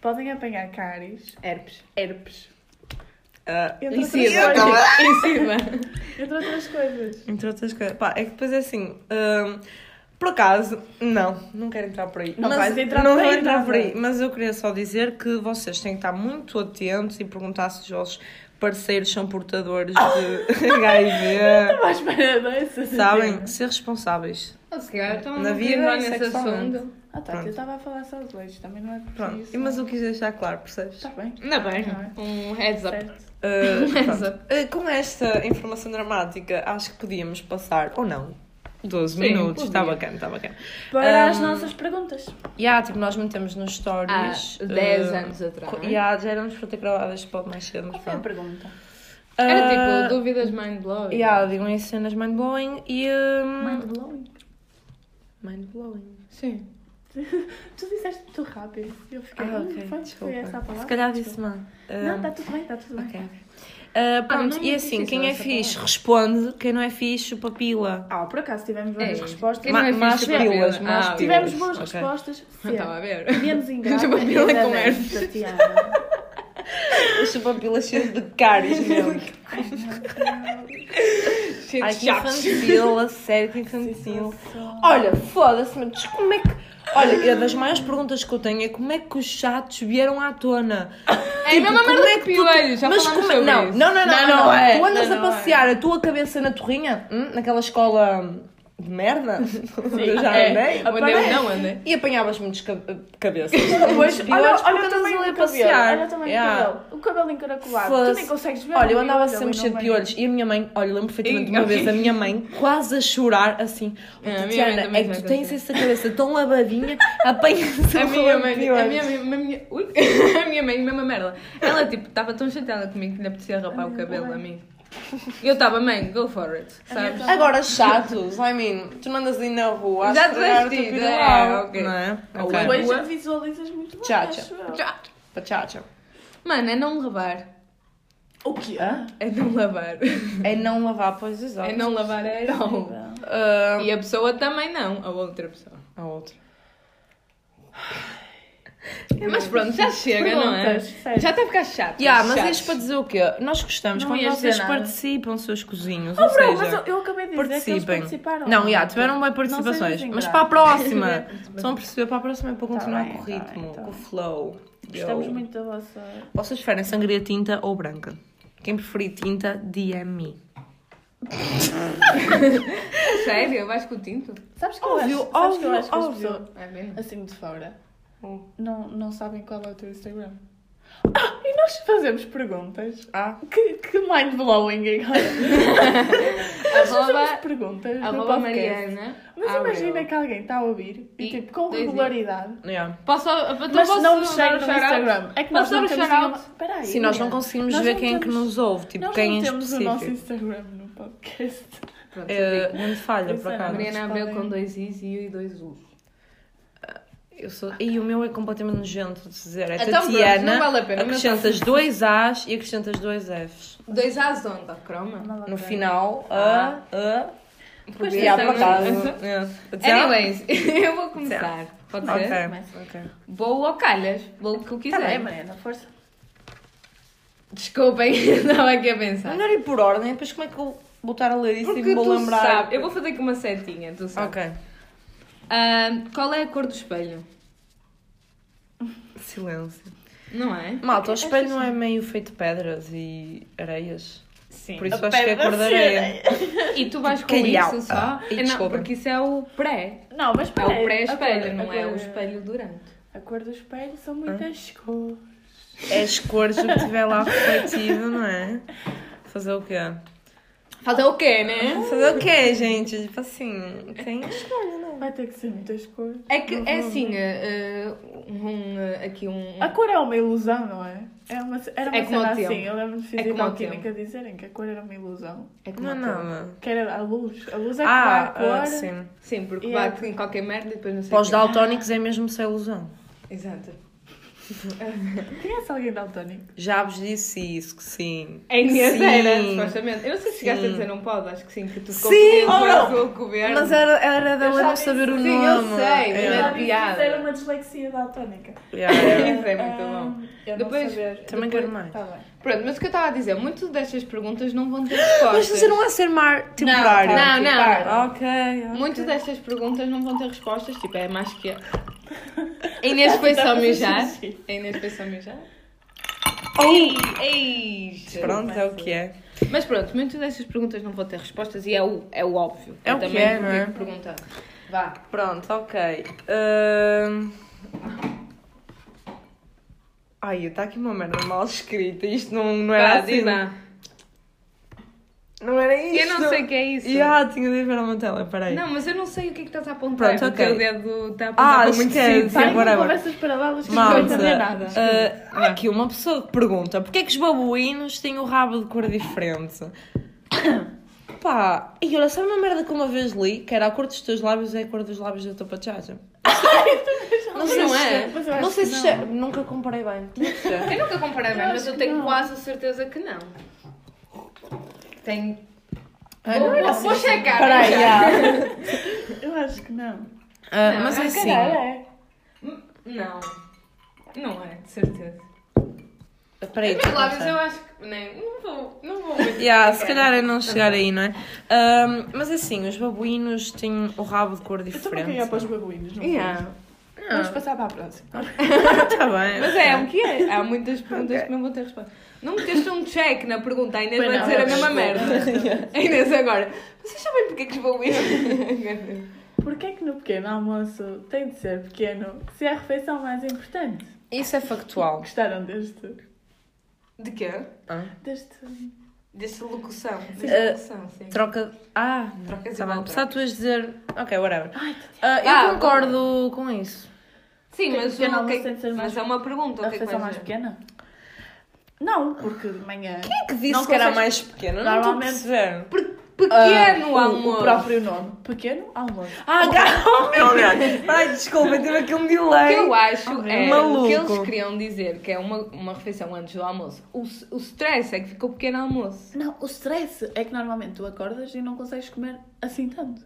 Speaker 1: podem apanhar cáries,
Speaker 3: Herpes.
Speaker 1: herpes,
Speaker 2: Ah,
Speaker 1: entre
Speaker 3: Em
Speaker 1: outras
Speaker 3: cima.
Speaker 1: coisas.
Speaker 3: Em cima.
Speaker 1: Entre outras
Speaker 2: <laughs>
Speaker 1: coisas.
Speaker 2: Entre outras coisas. Pá, é que depois é assim. hum, por acaso, não, não quero entrar por aí.
Speaker 1: Não vais entrar
Speaker 2: não
Speaker 1: por
Speaker 2: vou
Speaker 1: aí, é?
Speaker 2: entrar
Speaker 1: nada.
Speaker 2: por aí. Mas eu queria só dizer que vocês têm que estar muito atentos e perguntar se os vossos parceiros são portadores
Speaker 1: <laughs>
Speaker 2: de HIV.
Speaker 1: Estou à espera dessa.
Speaker 2: Sabem? Ser responsáveis.
Speaker 3: Ah, Se calhar estão
Speaker 2: Na
Speaker 3: a
Speaker 2: vida
Speaker 3: entrar
Speaker 2: e
Speaker 3: nesse
Speaker 2: sexualmente.
Speaker 3: assunto.
Speaker 1: Ah, tá,
Speaker 2: Pronto.
Speaker 1: eu estava a falar só de leite, também não é por
Speaker 2: Pronto.
Speaker 1: isso.
Speaker 2: Mas eu quis deixar claro, percebes?
Speaker 1: Está bem,
Speaker 3: Ainda bem.
Speaker 1: Não
Speaker 3: Um heads up.
Speaker 1: certo.
Speaker 3: <laughs>
Speaker 2: Uh,
Speaker 3: Mas,
Speaker 2: pronto. Uh, com esta informação dramática, acho que podíamos passar, ou não, 12
Speaker 3: Sim,
Speaker 2: minutos.
Speaker 3: podia.
Speaker 2: Está bacana, está bacana.
Speaker 1: Para
Speaker 2: Ahm,
Speaker 1: as nossas perguntas.
Speaker 2: E tipo, nós metemos nos
Speaker 3: Há
Speaker 2: stories.
Speaker 3: 10
Speaker 2: uh,
Speaker 3: anos atrás. tipo
Speaker 2: co- Ya, já éramos para ter gravado este pod mais cedo,
Speaker 1: Qual
Speaker 2: mas
Speaker 1: foi a
Speaker 2: pronto.
Speaker 1: pergunta?
Speaker 3: Era tipo
Speaker 2: Uh,
Speaker 3: dúvidas mind-blowing.
Speaker 2: ya, digam em cenas mind-blowing e.
Speaker 1: Mind
Speaker 2: um,
Speaker 1: blowing.
Speaker 2: Mind-blowing.
Speaker 3: Sim.
Speaker 1: Tu disseste muito rápido. Eu fiquei.
Speaker 2: Ah,
Speaker 1: "Hum,
Speaker 2: ok,
Speaker 1: Foi,
Speaker 2: desculpa.
Speaker 1: foi essa a palavra.
Speaker 2: Se calhar disse mal.
Speaker 1: Não, tá-
Speaker 2: Um,
Speaker 1: está tudo bem, está tudo bem.
Speaker 2: Ok. Uh, pronto,
Speaker 3: não é
Speaker 2: e
Speaker 3: muito
Speaker 2: assim,
Speaker 3: difícil
Speaker 2: quem é
Speaker 3: essa
Speaker 2: fixe responde, quem não é
Speaker 1: <laughs>
Speaker 2: fixe, papila.
Speaker 1: Ah, por acaso tivemos várias
Speaker 3: Ei,
Speaker 1: respostas.
Speaker 3: quem não é
Speaker 2: Ma-
Speaker 3: fixe,
Speaker 2: más
Speaker 3: papila?
Speaker 2: pilas, más
Speaker 3: Ah, ok.
Speaker 1: Tivemos
Speaker 2: pilas.
Speaker 1: boas
Speaker 2: Ok.
Speaker 1: respostas.
Speaker 3: Não
Speaker 1: sim.
Speaker 3: estava a ver.
Speaker 2: <laughs>
Speaker 1: Menos ingrata.
Speaker 3: Chupa
Speaker 1: e
Speaker 3: pila com
Speaker 1: Isabel
Speaker 3: herpes.
Speaker 1: chateada.
Speaker 2: Chupa pilas cheio de cáries <laughs> mesmo.
Speaker 3: Cheio
Speaker 2: Ai,
Speaker 3: de
Speaker 2: que
Speaker 3: chatos.
Speaker 2: infantil, a sério, que infantil. Olha, foda-se, mas como é que. Olha, é das maiores perguntas que eu tenho é como é que os chatos vieram à tona? Tipo,
Speaker 3: É mesmo a
Speaker 2: como
Speaker 3: merda de
Speaker 2: tu-
Speaker 3: piolho, já
Speaker 2: mas
Speaker 3: falámos
Speaker 2: como é-
Speaker 3: sobre
Speaker 2: não,
Speaker 3: isso.
Speaker 2: não, não, não,
Speaker 3: Não,
Speaker 2: não,
Speaker 3: não é,
Speaker 2: Tu andas
Speaker 3: não,
Speaker 2: a
Speaker 3: não
Speaker 2: passear a tua cabeça na torrinha, hum, naquela escola hum, de
Speaker 3: <laughs>
Speaker 2: merda, onde eu já
Speaker 3: É.
Speaker 2: andei.
Speaker 3: Onde eu não andei.
Speaker 2: E apanhavas muitos ca- cabeças.
Speaker 1: Pois,
Speaker 2: Muitos
Speaker 1: olha,
Speaker 2: piolhos, porque
Speaker 1: olha
Speaker 2: andas
Speaker 1: também
Speaker 2: ali
Speaker 1: o
Speaker 2: a
Speaker 1: cabelo.
Speaker 2: passear.
Speaker 1: Olha também
Speaker 2: Yeah.
Speaker 1: o cabelo. O cabelo encaracolado. Tu nem
Speaker 2: Foda-se.
Speaker 1: consegues ver.
Speaker 3: um
Speaker 2: Olha, eu
Speaker 1: o
Speaker 2: andava
Speaker 1: cabelo,
Speaker 2: sempre
Speaker 1: eu
Speaker 2: cheio de
Speaker 1: não
Speaker 2: piolhos. E a minha mãe, olha, lembro perfeitamente de uma
Speaker 3: Ih,
Speaker 2: vez a minha mãe quase a chorar assim.
Speaker 3: É, a minha mãe
Speaker 2: Tatiana,
Speaker 3: também
Speaker 2: é que
Speaker 3: já
Speaker 2: tu tens
Speaker 3: aconteceu.
Speaker 2: essa cabeça tão
Speaker 3: <laughs>
Speaker 2: lavadinha, apanha-se
Speaker 3: A
Speaker 2: um
Speaker 3: minha
Speaker 2: rolo de
Speaker 3: mãe, a minha
Speaker 2: piolhos.
Speaker 3: mãe, a minha, ui, <laughs> a minha mãe, mesma merda. Ela tipo, estava tão chateada comigo que lhe apetecia rapar
Speaker 1: Ah,
Speaker 3: o cabelo a mim. Eu estava, mãe, go for it, sabes?
Speaker 2: Agora, chatos, I mean, tu não andas ali na rua a
Speaker 3: Já te
Speaker 2: estragar o teu
Speaker 3: vestida,
Speaker 2: pirolau,
Speaker 3: é, ok.
Speaker 2: Não é?
Speaker 3: Ok.
Speaker 2: Ou é?
Speaker 1: Depois
Speaker 3: Boa.
Speaker 1: visualizas muito bem.
Speaker 2: Tchau,
Speaker 1: acho eu.
Speaker 3: Já.
Speaker 2: Para chacha.
Speaker 3: Mano, é não lavar.
Speaker 1: O quê?
Speaker 2: Hã?
Speaker 3: É não lavar.
Speaker 2: É não lavar, pois exato.
Speaker 3: É não lavar aerol.
Speaker 2: Ah,
Speaker 3: E a pessoa também não, a outra pessoa.
Speaker 2: a outra.
Speaker 3: Mas pronto, já chega, não é?
Speaker 1: É, Perguntas, sério.
Speaker 3: Já está a ficar chato.
Speaker 2: Yeah, mas
Speaker 3: chato.
Speaker 2: isto para dizer o quê? Nós gostamos
Speaker 1: Não
Speaker 2: quando
Speaker 1: ias dizer
Speaker 2: vocês
Speaker 1: nada.
Speaker 2: participam, seus cozinhos.
Speaker 1: Oh,
Speaker 2: ou
Speaker 1: bro,
Speaker 2: seja,
Speaker 1: mas eu, eu acabei de dizer que
Speaker 2: participem.
Speaker 1: eles participaram.
Speaker 2: Não, já, tiveram bem
Speaker 1: Não
Speaker 2: participações.
Speaker 1: sei
Speaker 2: Mas
Speaker 1: desengrar.
Speaker 2: para a próxima. Estão a perceber? Para a próxima é para
Speaker 1: Tá
Speaker 2: continuar
Speaker 1: bem,
Speaker 2: com o
Speaker 1: tá
Speaker 2: ritmo,
Speaker 1: bem, tá
Speaker 2: com o
Speaker 1: bem.
Speaker 2: flow.
Speaker 1: Gostamos
Speaker 2: Yo.
Speaker 1: muito da vossa...
Speaker 2: Vocês preferem sangria tinta ou branca? Quem preferir tinta, DM me.
Speaker 3: Sério? Vais com o tinto?
Speaker 1: Sabes que
Speaker 2: Óbvio,
Speaker 1: eu acho, sabes que eu
Speaker 2: óbvio,
Speaker 1: acho que as
Speaker 2: óbvio.
Speaker 1: pessoas,
Speaker 3: Vai vendo?
Speaker 1: assim de fora,
Speaker 2: Hum.
Speaker 1: não, não sabem qual é o teu Instagram. Ah, e nós fazemos perguntas.
Speaker 2: Ah,
Speaker 1: Que, que mind-blowing agora. Nós fazemos
Speaker 3: Arroba,
Speaker 1: perguntas no
Speaker 3: arroba
Speaker 1: podcast.
Speaker 3: Mariana.
Speaker 1: Mas
Speaker 2: Ah,
Speaker 3: Abreu.
Speaker 1: imagina que alguém está a ouvir e,
Speaker 3: E
Speaker 1: tipo, com
Speaker 3: dois dias.
Speaker 1: regularidade.
Speaker 2: yeah.
Speaker 3: Posso, então
Speaker 1: Mas
Speaker 3: posso
Speaker 1: não nos
Speaker 3: dar
Speaker 1: segue
Speaker 3: um
Speaker 1: no
Speaker 3: shout-out?
Speaker 1: Instagram. É que nós
Speaker 3: Posso
Speaker 1: não
Speaker 3: dar um
Speaker 1: temos
Speaker 3: shout-out?
Speaker 1: nenhuma- Espera aí,
Speaker 2: Sim, nós não
Speaker 1: Mariana.
Speaker 2: conseguimos
Speaker 1: Nós
Speaker 2: ver
Speaker 1: não
Speaker 2: quem é que
Speaker 1: temos-
Speaker 2: nos ouve, tipo,
Speaker 1: nós
Speaker 2: quem
Speaker 1: não
Speaker 2: em
Speaker 1: temos o nosso
Speaker 2: específico.
Speaker 1: Instagram no podcast.
Speaker 3: Pronto,
Speaker 2: É, grande falha,
Speaker 1: Pois
Speaker 2: por
Speaker 1: é,
Speaker 2: acaso.
Speaker 3: Mariana
Speaker 1: mas
Speaker 3: Abreu
Speaker 1: podem-
Speaker 3: com dois Is e eu e dois U's.
Speaker 2: Eu sou... E o meu é completamente nojento de dizer. É
Speaker 3: Então, pronto, não
Speaker 2: Tatiana,
Speaker 3: vale a pena, não
Speaker 2: acrescentas dois A's e acrescentas dois F's.
Speaker 3: Dois As onda, croma.
Speaker 2: No final,
Speaker 3: Ah.
Speaker 2: a, a...
Speaker 1: Depois
Speaker 3: é,
Speaker 2: e a
Speaker 1: tens
Speaker 2: por
Speaker 3: também.
Speaker 2: acaso. É. Tchau.
Speaker 3: Anyways, <laughs> eu vou começar. Pode ser?
Speaker 2: Ok, ok.
Speaker 3: Vou ao calhas, vou o que eu
Speaker 1: Está
Speaker 3: quiser.
Speaker 1: bem, Mariana, é, força.
Speaker 3: Desculpem, <laughs> estava aqui a pensar.
Speaker 2: É Melhor ir por ordem, depois como é que eu vou estar a ler isso e
Speaker 3: Porque
Speaker 2: me vou
Speaker 3: tu
Speaker 2: lembrar?
Speaker 3: sabes, eu vou fazer aqui uma setinha, tu sabes.
Speaker 2: Ok.
Speaker 3: Ahn, qual é a cor do espelho?
Speaker 2: Silêncio.
Speaker 3: Não é?
Speaker 2: Malta, o espelho não é meio feito de pedras e areias?
Speaker 3: Sim.
Speaker 2: Por isso acho que é cor de areia.
Speaker 3: E tu vais com
Speaker 2: Calhau.
Speaker 3: isso
Speaker 2: Ah,
Speaker 3: só?
Speaker 2: e
Speaker 3: Eh, não,
Speaker 2: desculpa.
Speaker 3: porque isso é o pré.
Speaker 1: Não, mas
Speaker 3: É
Speaker 1: espera aí,
Speaker 3: o
Speaker 1: a
Speaker 3: pré-espelho,
Speaker 1: cor-
Speaker 3: não
Speaker 1: a
Speaker 3: é
Speaker 1: cor-
Speaker 3: o espelho durante.
Speaker 1: A cor do espelho são muitas cores.
Speaker 2: É as cores o que tiver lá refletido, não é? Fazer o quê?
Speaker 3: Fazer o quê, né?
Speaker 2: Fazer o quê, gente? Tipo assim, tem escolha, não
Speaker 1: Vai ter que ser muitas cores.
Speaker 3: É que é
Speaker 2: Uhum,
Speaker 3: assim, eh, eh, um, eh, aqui um.
Speaker 2: Ah,
Speaker 1: A cor é uma ilusão, não é? É uma, era uma
Speaker 3: É como
Speaker 1: cena
Speaker 3: o tempo.
Speaker 1: assim. Eu lembro-me de
Speaker 3: É como o
Speaker 1: física-química dizerem que a cor era uma ilusão.
Speaker 3: É como
Speaker 2: Não,
Speaker 3: a tua.
Speaker 2: não.
Speaker 1: Que era a luz. A luz é que
Speaker 2: Ah,
Speaker 1: dá a
Speaker 2: ah,
Speaker 1: cor.
Speaker 2: sim.
Speaker 3: Sim, porque
Speaker 1: E é-
Speaker 3: bate em qualquer merda e depois não sei.
Speaker 2: Para os
Speaker 3: o quê.
Speaker 2: daltónicos é mesmo sem ilusão.
Speaker 3: Exato.
Speaker 1: Conhece alguém daltónico?
Speaker 2: Já vos disse isso, que sim.
Speaker 3: É Inês
Speaker 2: Sim.
Speaker 3: era, supostamente. Eu não sei se chegaste a
Speaker 2: Sim.
Speaker 3: dizer não pode, acho que sim, que tu
Speaker 2: Sim,
Speaker 3: confundias o
Speaker 2: oh, não.
Speaker 3: azul com o verde.
Speaker 2: Mas é- era, era dela
Speaker 1: já
Speaker 2: não
Speaker 1: disse,
Speaker 2: saber o
Speaker 3: sim, eu
Speaker 2: nome.
Speaker 3: sei, mas
Speaker 2: É.
Speaker 3: era- piada.
Speaker 1: Era uma dislexia daltónica. Ah,
Speaker 2: Yeah, yeah.
Speaker 3: <laughs> Isso é muito bom.
Speaker 1: Eu
Speaker 3: Depois-
Speaker 1: não saber. Depois-
Speaker 2: Também quero mais.
Speaker 1: Tá bem.
Speaker 3: Pronto, mas o que eu estava a dizer, muitas destas perguntas não vão ter respostas.
Speaker 2: Mas você não é ser mar temporário.
Speaker 3: Não, não,
Speaker 2: Tipo,
Speaker 3: não.
Speaker 2: Ok, ok.
Speaker 3: Muitas destas perguntas não vão ter respostas, tipo, é mais que.
Speaker 2: <laughs>
Speaker 3: A Inês foi só mijar. A Inês foi só mijar. Ei, ei!
Speaker 2: Pronto, é o que é.
Speaker 3: Mas pronto, muitas destas perguntas não vão ter respostas e é o, é o óbvio.
Speaker 2: É
Speaker 3: Eu
Speaker 2: o que
Speaker 3: também
Speaker 2: é, não é?
Speaker 3: tive que perguntar. Vá.
Speaker 2: Pronto, ok. Ahn. Ai, está aqui uma merda mal escrita. Isto não, não era
Speaker 3: Vá,
Speaker 2: assim.
Speaker 3: diz lá.
Speaker 2: Não era
Speaker 3: Eu
Speaker 2: isto.
Speaker 3: não sei o que é isso.
Speaker 2: Ah, tinha de ir ver a mantela, peraí.
Speaker 3: Não, mas eu não sei o que é que estás a apontar.
Speaker 2: Pronto,
Speaker 3: porque
Speaker 2: ok.
Speaker 3: o dedo está a apontar
Speaker 2: Ah,
Speaker 3: para muito
Speaker 2: esquece.
Speaker 3: sítio.
Speaker 2: Sim,
Speaker 1: Parem com
Speaker 2: whatever.
Speaker 1: conversas paralelas que não
Speaker 2: Malta,
Speaker 1: entender nada.
Speaker 2: ah, há aqui uma pessoa que pergunta porquê é que os babuínos têm o rabo de cor diferente? <coughs> Pá, e olha, sabe uma merda que uma vez li? Que era a cor dos teus lábios é a cor dos lábios da tua pachacha. não sei
Speaker 3: Não
Speaker 2: se
Speaker 3: é?
Speaker 1: Mas eu acho
Speaker 2: Não sei
Speaker 1: que
Speaker 2: se
Speaker 1: não.
Speaker 2: isto é- Nunca comparei bem. Tinha que ser.
Speaker 3: Eu nunca comparei bem,
Speaker 1: Eu
Speaker 3: mas
Speaker 1: acho
Speaker 3: eu
Speaker 1: que
Speaker 3: tenho
Speaker 1: não.
Speaker 3: quase a certeza que não. Tenho.
Speaker 2: Ah,
Speaker 3: vou,
Speaker 2: não,
Speaker 3: vou,
Speaker 2: não.
Speaker 3: vou checar.
Speaker 2: Espera aí,
Speaker 1: né,
Speaker 3: vou checar.
Speaker 1: <laughs>
Speaker 2: ah.
Speaker 1: Eu acho que não.
Speaker 2: <laughs> Ah,
Speaker 3: Não,
Speaker 2: mas
Speaker 3: ah,
Speaker 2: é assim.
Speaker 1: Caralho, é.
Speaker 3: Não. Não é, de certeza.
Speaker 2: é. Espera aí,
Speaker 3: Os meus
Speaker 2: deixa eu
Speaker 3: lábios
Speaker 2: pensar.
Speaker 3: eu acho que. Nem, não vou. Não <laughs> vou muito.
Speaker 2: Yeah, se calhar é não chegar aí, não é? Ahm, mas assim, os babuínos têm o rabo de cor
Speaker 1: Eu um também queria
Speaker 2: diferente. Ah,
Speaker 1: para os babuínos, não
Speaker 3: Yeah.
Speaker 1: foi? Vamos passar para a próxima.
Speaker 2: Tá bem.
Speaker 3: Mas é, é o que é. Há muitas perguntas que não vou ter resposta. Não meteste um check na pergunta, a Inês
Speaker 1: Pois
Speaker 3: vai
Speaker 1: não,
Speaker 3: dizer a mesma
Speaker 1: desculpa.
Speaker 3: merda. A Inês agora. Vocês sabem porque é que os vou ir?
Speaker 1: Porquê é que no pequeno almoço tem de ser pequeno se é a refeição mais importante?
Speaker 2: <laughs> Isso é factual.
Speaker 1: Gostaram deste?
Speaker 3: <laughs> De quê?
Speaker 2: Ah.
Speaker 1: Deste.
Speaker 3: Desta locução.
Speaker 2: Eh,
Speaker 3: Desta locução, sim.
Speaker 2: Troca. Ah,
Speaker 3: Troca de
Speaker 2: tá bem.
Speaker 3: volta.
Speaker 2: Apesar de tu és dizer. Ok, whatever.
Speaker 1: Ai, Tati,
Speaker 2: Ah, eu
Speaker 3: Ah,
Speaker 2: concordo com isso.
Speaker 3: Sim, mas,
Speaker 1: Porque não
Speaker 3: o que é
Speaker 1: sei
Speaker 3: que-
Speaker 1: ser mais-
Speaker 3: mas é uma pergunta.
Speaker 1: a
Speaker 3: O que é que
Speaker 1: refeição
Speaker 3: vais
Speaker 1: mais
Speaker 3: dizer?
Speaker 1: pequena? Não, porque de manhã.
Speaker 2: Quem é que disse
Speaker 1: Não
Speaker 2: que era
Speaker 1: consegues-
Speaker 2: mais pequeno? Não estou a
Speaker 1: Normalmente-
Speaker 2: perceber.
Speaker 3: Pequeno
Speaker 1: Ah, o,
Speaker 3: amor.
Speaker 1: o próprio nome. Pequeno almoço.
Speaker 2: Ah, <laughs> oh, meu Deus! <laughs> Ai, desculpa, teve aqui um delay.
Speaker 3: que eu acho
Speaker 1: Ah,
Speaker 3: é
Speaker 2: maluco.
Speaker 3: o que eles queriam dizer, que é uma, uma refeição antes do almoço. O, s- o stress é que ficou pequeno almoço.
Speaker 1: Não, o stress é que normalmente tu acordas e não consegues comer assim tanto.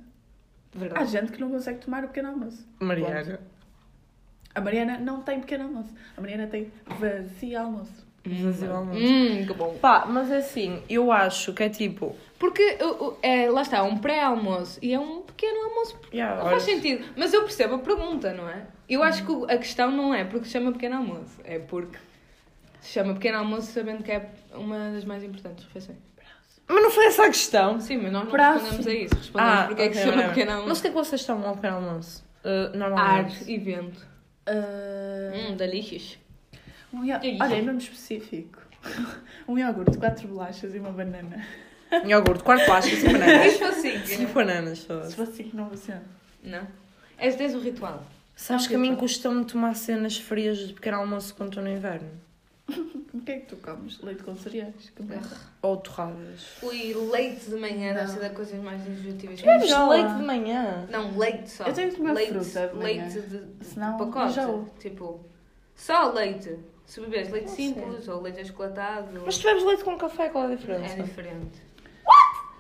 Speaker 1: Há
Speaker 3: Verdade.
Speaker 1: gente que não consegue tomar o pequeno almoço.
Speaker 2: Mariana.
Speaker 1: A Mariana não tem pequeno almoço. A Mariana tem vazio almoço.
Speaker 2: Vazio almoço.
Speaker 3: Hum, que bom.
Speaker 2: Pá, mas assim, eu acho que é tipo.
Speaker 3: Porque o- o- é, lá está, um pré-almoço e é um pequeno almoço.
Speaker 2: Yeah,
Speaker 3: Não
Speaker 2: olha,
Speaker 3: faz sentido. Mas eu percebo a pergunta, não é? Eu acho que o- a questão não é porque se chama pequeno almoço. É porque se chama pequeno almoço sabendo que é uma das mais importantes refeições.
Speaker 2: Mas não foi essa a questão. Ah,
Speaker 3: Sim, mas nós não
Speaker 1: Prazo.
Speaker 3: respondemos a isso. Respondemos porque é que
Speaker 2: ok,
Speaker 3: se chama
Speaker 2: whatever.
Speaker 3: pequeno
Speaker 2: Mas o
Speaker 3: almoço.
Speaker 2: que é que vocês tomam ao pequeno almoço? Uh,
Speaker 3: Ar
Speaker 2: normalmente.
Speaker 3: e vento.
Speaker 1: Ah,
Speaker 3: Hum, delicious.
Speaker 1: um iog-
Speaker 3: que é isso?
Speaker 1: Olha, é mesmo específico. <laughs> um iogurte, quatro bolachas e uma banana.
Speaker 2: Iogurte, quarto pasta, sem bananas.
Speaker 3: <laughs> Isto foi assim. que-
Speaker 2: Cinco bananas, só.
Speaker 1: Se fosse assim que não você.
Speaker 3: Não. És desde o ritual.
Speaker 2: Sabes que a mim custa-me tomar cenas frias de pequeno almoço quando estou no inverno.
Speaker 1: O que é que tu comes? Leite com cereais? Que merda.
Speaker 2: Ou torradas.
Speaker 3: Ui, leite de manhã deve
Speaker 1: Não.
Speaker 3: ser das coisas mais enjoativas.
Speaker 1: Tivemos
Speaker 2: Mas leite
Speaker 1: leite
Speaker 2: de
Speaker 1: de
Speaker 2: manhã.
Speaker 3: Não, leite só.
Speaker 1: Eu tenho que comer
Speaker 3: leite,
Speaker 1: fruta de manhã.
Speaker 3: Leite de, de
Speaker 1: Senão,
Speaker 3: pacote.
Speaker 1: enjoo.
Speaker 3: Tipo, só leite. Se beberes leite
Speaker 1: Não
Speaker 3: simples ou leite achocolatado,
Speaker 2: Mas se tiveres leite com café, qual é a
Speaker 3: é
Speaker 2: diferença?
Speaker 3: diferente.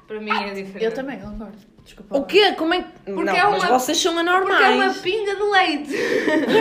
Speaker 3: Para mim é diferente.
Speaker 1: Eu também concordo. Desculpa.
Speaker 2: O quê? Como é que.
Speaker 3: Porque
Speaker 2: não,
Speaker 3: é
Speaker 2: mas
Speaker 3: uma-
Speaker 2: vocês são
Speaker 3: Porque é uma
Speaker 2: anormais.
Speaker 3: pinga de leite.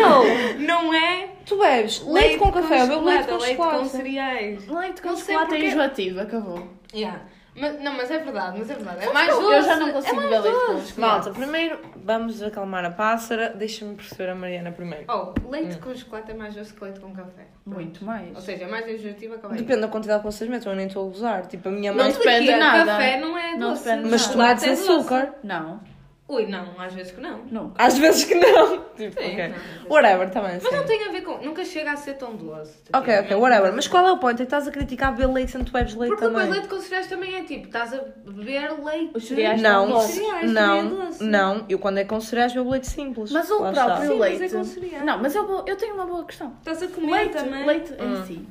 Speaker 2: Não,
Speaker 3: <laughs> Não é
Speaker 2: tu bebes leite, com café, eu bebo leite com
Speaker 3: leite
Speaker 2: chocolate.
Speaker 3: com cereais.
Speaker 1: Leite
Speaker 3: Não
Speaker 1: com
Speaker 3: sei
Speaker 1: chocolate é
Speaker 3: porquê.
Speaker 1: enjoativo, acabou.
Speaker 3: Yeah. Mas, não, mas é verdade, mas é verdade. É
Speaker 1: Mas
Speaker 3: mais
Speaker 1: eu
Speaker 3: doce.
Speaker 1: já não consigo
Speaker 3: é mais
Speaker 1: beber leite com
Speaker 3: doce.
Speaker 2: Malta, primeiro vamos acalmar a pássara. Deixa-me perceber a Mariana primeiro.
Speaker 3: Oh, leite com chocolate é mais doce que leite com café.
Speaker 1: Muito mais.
Speaker 3: Ou seja, é mais enjoativo acabar.
Speaker 2: Depende da quantidade que vocês metam, eu nem estou a usar. Tipo, a minha
Speaker 1: Não
Speaker 2: mãe.
Speaker 1: te- depende de nada.
Speaker 3: Café não é
Speaker 1: Não
Speaker 3: doce.
Speaker 1: depende de
Speaker 2: Mas
Speaker 1: nada.
Speaker 2: tu lá
Speaker 3: É
Speaker 2: sem
Speaker 3: doce.
Speaker 2: açúcar.
Speaker 1: Não,
Speaker 3: Ui, não, às vezes que não.
Speaker 1: nunca.
Speaker 2: Às vezes que não. <laughs> Tipo,
Speaker 3: Sim,
Speaker 2: ok.
Speaker 3: não.
Speaker 2: Whatever, também.
Speaker 3: Mas
Speaker 2: sim.
Speaker 3: não tem a ver com. Nunca chega a ser tão doce. tá
Speaker 2: Ok,
Speaker 3: tipo,
Speaker 2: ok,
Speaker 3: não-
Speaker 2: whatever. Mas qual é o ponto? É que estás a criticar beber leite sendo que tu bebes leite
Speaker 3: Porque
Speaker 2: também.
Speaker 3: depois leite é com cereais também é tipo, estás a beber leite.
Speaker 1: Os cereais
Speaker 2: Não,
Speaker 1: são doces.
Speaker 3: cereais também é
Speaker 2: não,
Speaker 3: doce.
Speaker 2: não. Eu quando é com cereais bebo leite simples.
Speaker 1: Mas o
Speaker 2: Lá está.
Speaker 1: próprio
Speaker 3: Sim, mas é
Speaker 1: leite.
Speaker 3: com cereais.
Speaker 1: não, mas eu, vou- eu tenho uma boa questão.
Speaker 3: Estás a comer
Speaker 1: Leite,
Speaker 3: também.
Speaker 1: leite
Speaker 2: Hum.
Speaker 1: em si.